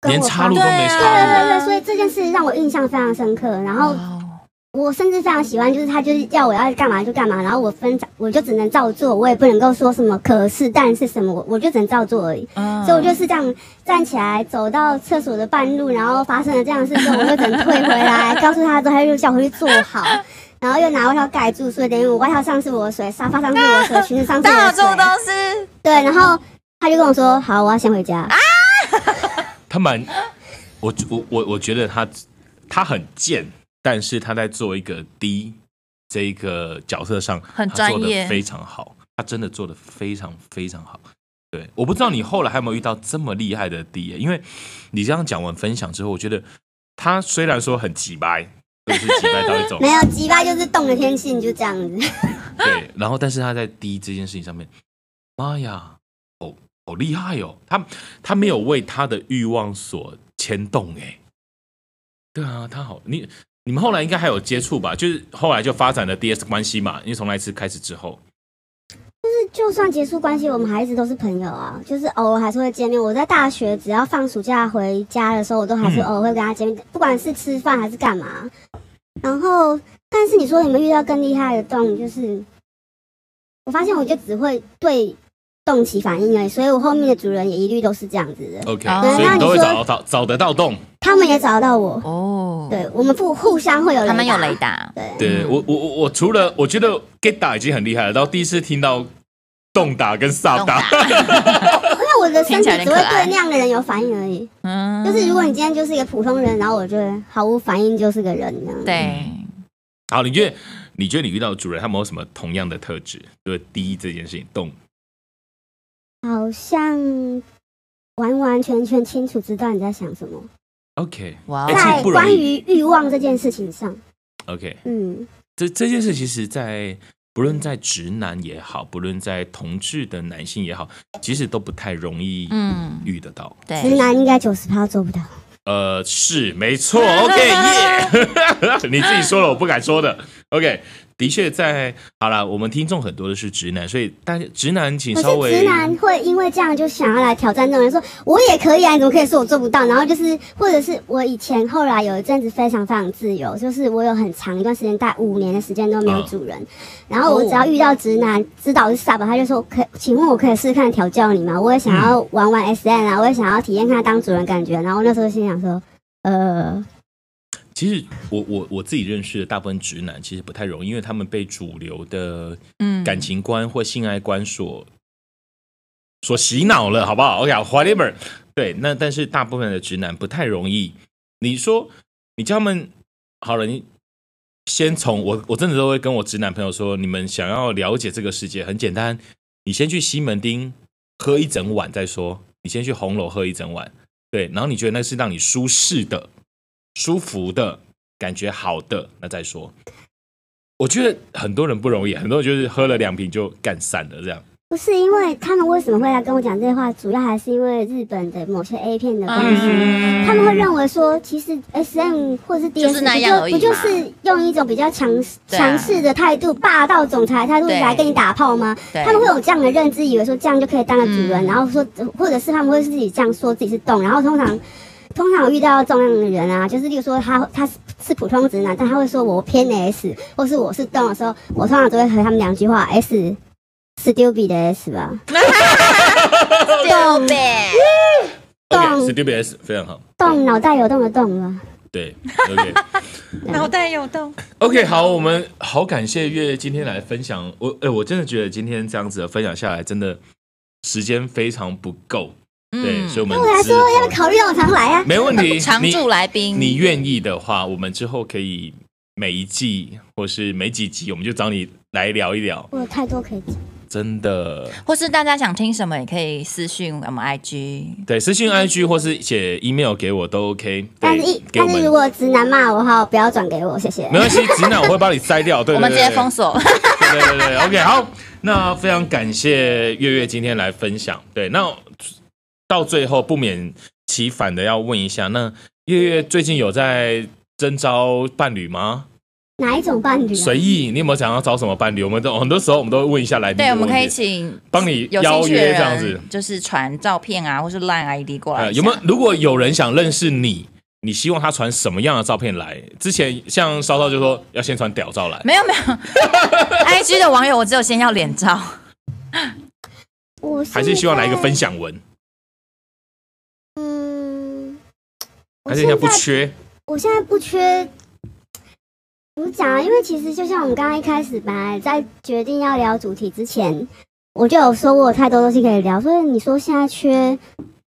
C: 跟
A: 连
C: 我
A: 插
C: 发
A: 入都
C: 对
B: 对
A: 没
B: 啊
A: 插入。
C: 对对，所以这件事让我印象非常深刻。然后
B: 哦
C: 我甚至非常喜欢，就是他就是要我要干嘛就干嘛，然后我分我就只能照做，我也不能够说什么可是但是什么，我我就只能照做而已。
B: 嗯
C: 所以我就是这样站起来，走到厕所的半路，然后发生了这样的事之后，我就只能退回来，告诉他之后，他就叫我回去坐好， <laughs> 然后又拿外套盖住，所以等于我外套上是我的水，沙发上是我的水，裙子上是我
B: 到
C: 的
B: 处
C: 水，
B: 都是，
C: 对，然后他就跟我说：“好，我要先回家。
A: 他蛮，我我我我觉得他他很贱，但是他在做一个 D 这一个角色上，
B: 很
A: 他做
B: 专
A: 得
B: 业
A: 非常好，他真的做的非常非常好。对，我不知道你后来还有没有遇到这么厉害的 D，、因为你这样讲完分享之后，我觉得他虽然说很急掰，就是急掰到一种
C: 没有鸡巴就是动了天性，就这样子。
A: <laughs> 对，然后但是他在 D 这件事情上面，妈呀，好好厉害哦！他他没有为他的欲望所牵动哎。对啊，他好，你你们后来应该还有接触吧？就是后来就发展了 DS 关系嘛，因为从那一次开始之后，
C: 就算结束关系，我们还一直都是朋友啊，就是偶尔还是会见面。我在大学只要放暑假回家的时候，我都还是
A: 嗯
C: 偶尔会跟他见面，不管是吃饭还是干嘛。然后，但是你说有没有遇到更厉害的动？就是我发现我就只会对动起反应而已，所以我后面的主人也一律都是这样子的，
A: OK，、
B: 哦
A: 所以你都会
C: 那你
A: 找到找得到洞。
C: 他们也找得到我。
B: 哦，
C: 对，我们互互相会有雷达
B: 他们有雷达，
C: 对。
A: 对我我我我除了我觉得 get 打已经很厉害了，然后第一次听到洞打跟萨 <laughs>
B: 动打
A: 打，，
C: 因为我的
B: 听
C: 身
B: 起
C: 体
B: 来有点
C: 只会
B: 可爱
C: 对那样的人有反应而已。
B: 嗯
C: 就是如果你今天就是一个普通人，然后我就会毫无反应，就是个人这样。
B: 对，
A: 好，你觉得你觉得你遇到的主人他们有什么同样的特质？就是第一这件事情，动
C: 好像完完全全清楚知道你在想什么，
A: OK
B: 哇哦
A: 哎其
C: 在
A: 实不容
C: 关
A: 易。
C: 于欲望这件事情上，
A: OK，
C: 嗯，
A: 这这件事其实在，不论在直男也好，不论在同志的男性也好，其实都不太容易
B: 嗯，
A: 遇得到。
C: 直
B: 对，
C: 男应该九十趴做不到。
A: 呃，是没错。OK，耶、你自己说了，我不敢说的。OK，的确在好啦，我们听众很多的是直男，所以大家直男请
C: 可
A: 稍
C: 是
A: 微
C: 直男会因为这样就想要来挑战这种人，说我也可以啊，你怎么可以说我做不到？然后就是，或者是我以前后来有一阵子非常非常自由，就是我有很长一段时间，大概五年的时间都没有
A: 啊
C: 主人，然后我只要遇到直男，知道我是 sub，他就说可，请问我可以试试看调教你吗？我也想要
A: 嗯
C: 玩玩 SN 啊，我也想要体验看当主人感觉。然后那时候心想说，呃，
A: 其实我我我自己认识的大部分直男其实不太容易，因为他们被主流的
B: 嗯
A: 感情观或性爱观所所洗脑了，好不好？OK，whatever、对，那但是大部分的直男不太容易。你说你叫他们好了，你先从我我真的都会跟我直男朋友说，你们想要了解这个世界很简单，你先去西门町喝一整晚再说，你先去红楼喝一整晚，对，然后你觉得那是让你舒适的、舒服的感觉好的，那再说。我觉得很多人不容易，很多人就是喝了两瓶就干散了这样。
C: 不是因为他们为什么会来跟我讲这些话，主要还是因为日本的某些 A
B: 嗯
C: 片的关
A: 嗯
C: 系。他们
B: <laughs>
C: 会 <laughs> 认为说，其实 S M 或是 D
B: 就
C: S
B: 是那样而已
C: 不
B: 嘛
C: 就不就是用一种比较强势
B: 对啊
C: 强势的态度、霸道总裁的态度
B: 对
C: 来跟你打炮吗？
B: 对
C: 他们会有这样的认知，以为说这样就可以当了主人，
B: 嗯
C: 然后说，或者是他们会自己这样说自己是动，然后通常。通常我遇到这样的人啊，就是例如说他他是是普通直男，但他会说我偏 S，或是我是动的时候，我通常都会回他们两句话，S 是 d u b y 的 S 吧，
B: 对
C: <laughs>
B: 呗，
C: 动
A: OK，stupid S 非常好。
C: 动脑袋有动的动吧。
A: 对，OK <laughs>
B: 脑袋有洞。
A: OK，好，我们好感谢月今天来分享。我哎、我真的觉得今天这样子的分享下来，真的时间非常不够。对，所以我们
C: 嗯对我来
A: 之
C: 说
A: 后
C: 要不要考虑让我常来啊？
A: 没问
C: <laughs>
A: 题，
B: 嗯常
A: 你
B: 驻来宾，
A: 你愿意的话，我们之后可以每一季或是每几集，我们就找你来聊一聊。
C: 我有太多可以讲。
A: 真的，
B: 或是大家想听什么，也可以私讯我们 IG。
A: 对，私信 IG 或是写 email 给我都 OK 对。
C: 嗯但是一，
A: 给我
C: 但
A: 们
C: 是如果直男骂我的话，不要转给我，谢谢
A: 没。关系，直男我会帮你筛掉。对，
B: 我们直
A: 对
B: 接
A: 对
B: 封锁，
A: 对对对对，OK，好，那非常感谢月月今天来分享。对，那到最后不免其反的要问一下，那月月最近有在征招伴侣吗？
C: 哪一种伴侣、啊？
A: 随意，你有没有想要找什么伴侣？我们都很多时候我们都会问一下来宾
B: <laughs> 对，
A: 的
B: 我
A: 问题。
B: 们可以请
A: 帮你
B: 有兴
A: 邀
B: 趣的
A: 约这样子
B: 人，。就是传照片啊，或是 Line ID 过来
A: 呃，
B: 一下。
A: 有没有？如果有人想认识你，你希望他传什么样的照片来？之前像稍稍就说要先传屌照来，
B: 没有没有
A: <laughs>
B: ，IG 的网友我只有先要脸照，
C: 我
A: 还是希望来一个分
C: 享。
A: 享文，
C: 嗯，我
A: 还是现在
C: 现
A: 不
C: 在
A: 缺？
C: 我现在不缺。怎么讲啊？因为其实就像我们刚刚一开始，本来在决定要聊主题之前，我就有说我有太多东西可以聊，所以你说现在缺，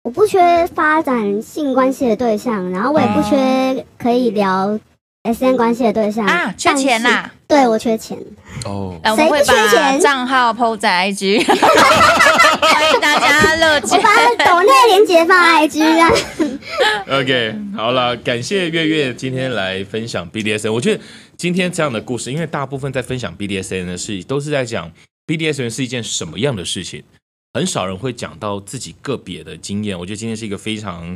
C: 我不缺发展性关系的对象，然后我也不
A: 嗯
C: 缺可以聊 S N 关系的对象
B: 啊，缺钱
C: 但是
B: 啦！
C: 对我缺钱，
A: <laughs> 哦，
B: 来，我们会
C: 谁不缺
B: 把
C: 钱
B: 账号 PO 在 IG，欢迎大家乐
C: 我
B: 见。
C: 把抖内链接放 IG 啊。
A: OK，好了，感谢月月今天来分享 BDSN。我觉得今天这样的故事，因为大部分在分享 BDSN 的事，都是在讲 BDSN 是一件什么样的事情，很少人会讲到自己个别的经验。我觉得今天是一个非常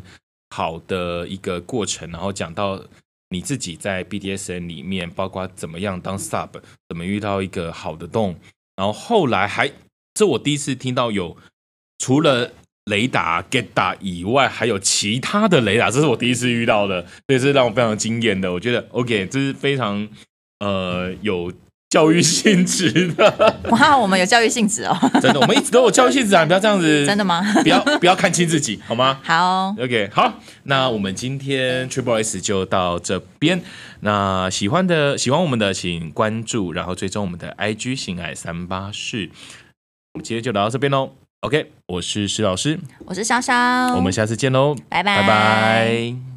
A: 好的一个过程，然后讲到你自己在 BDSN 里面，包括怎么样当 sub，怎么遇到一个好的洞，然后后来还这我第一次听到有除了雷达 get 打以外，还有其他的雷达，这是我第一次遇到的，这是让我非常惊艳的。我觉得 OK，这是非常呃有教育性质的，
B: 哇，我们有教育性质哦，
A: <laughs> 真的，我们一直都有教育性质啊，你不要这样子，
B: <laughs> 真的吗？
A: 不要不要看清自己，好
B: <laughs>
A: 吗？
B: 好，
A: OK，好，那我们今天 Triple S 就到这边。那喜欢的喜欢我们的，请关注，然后追踪我们的 IG 性爱三八四。我们今天就聊到这边喽。OK，我是石老师，
B: 我是潇潇，
A: 我们下次见喽，
B: 嗯拜拜
A: 拜拜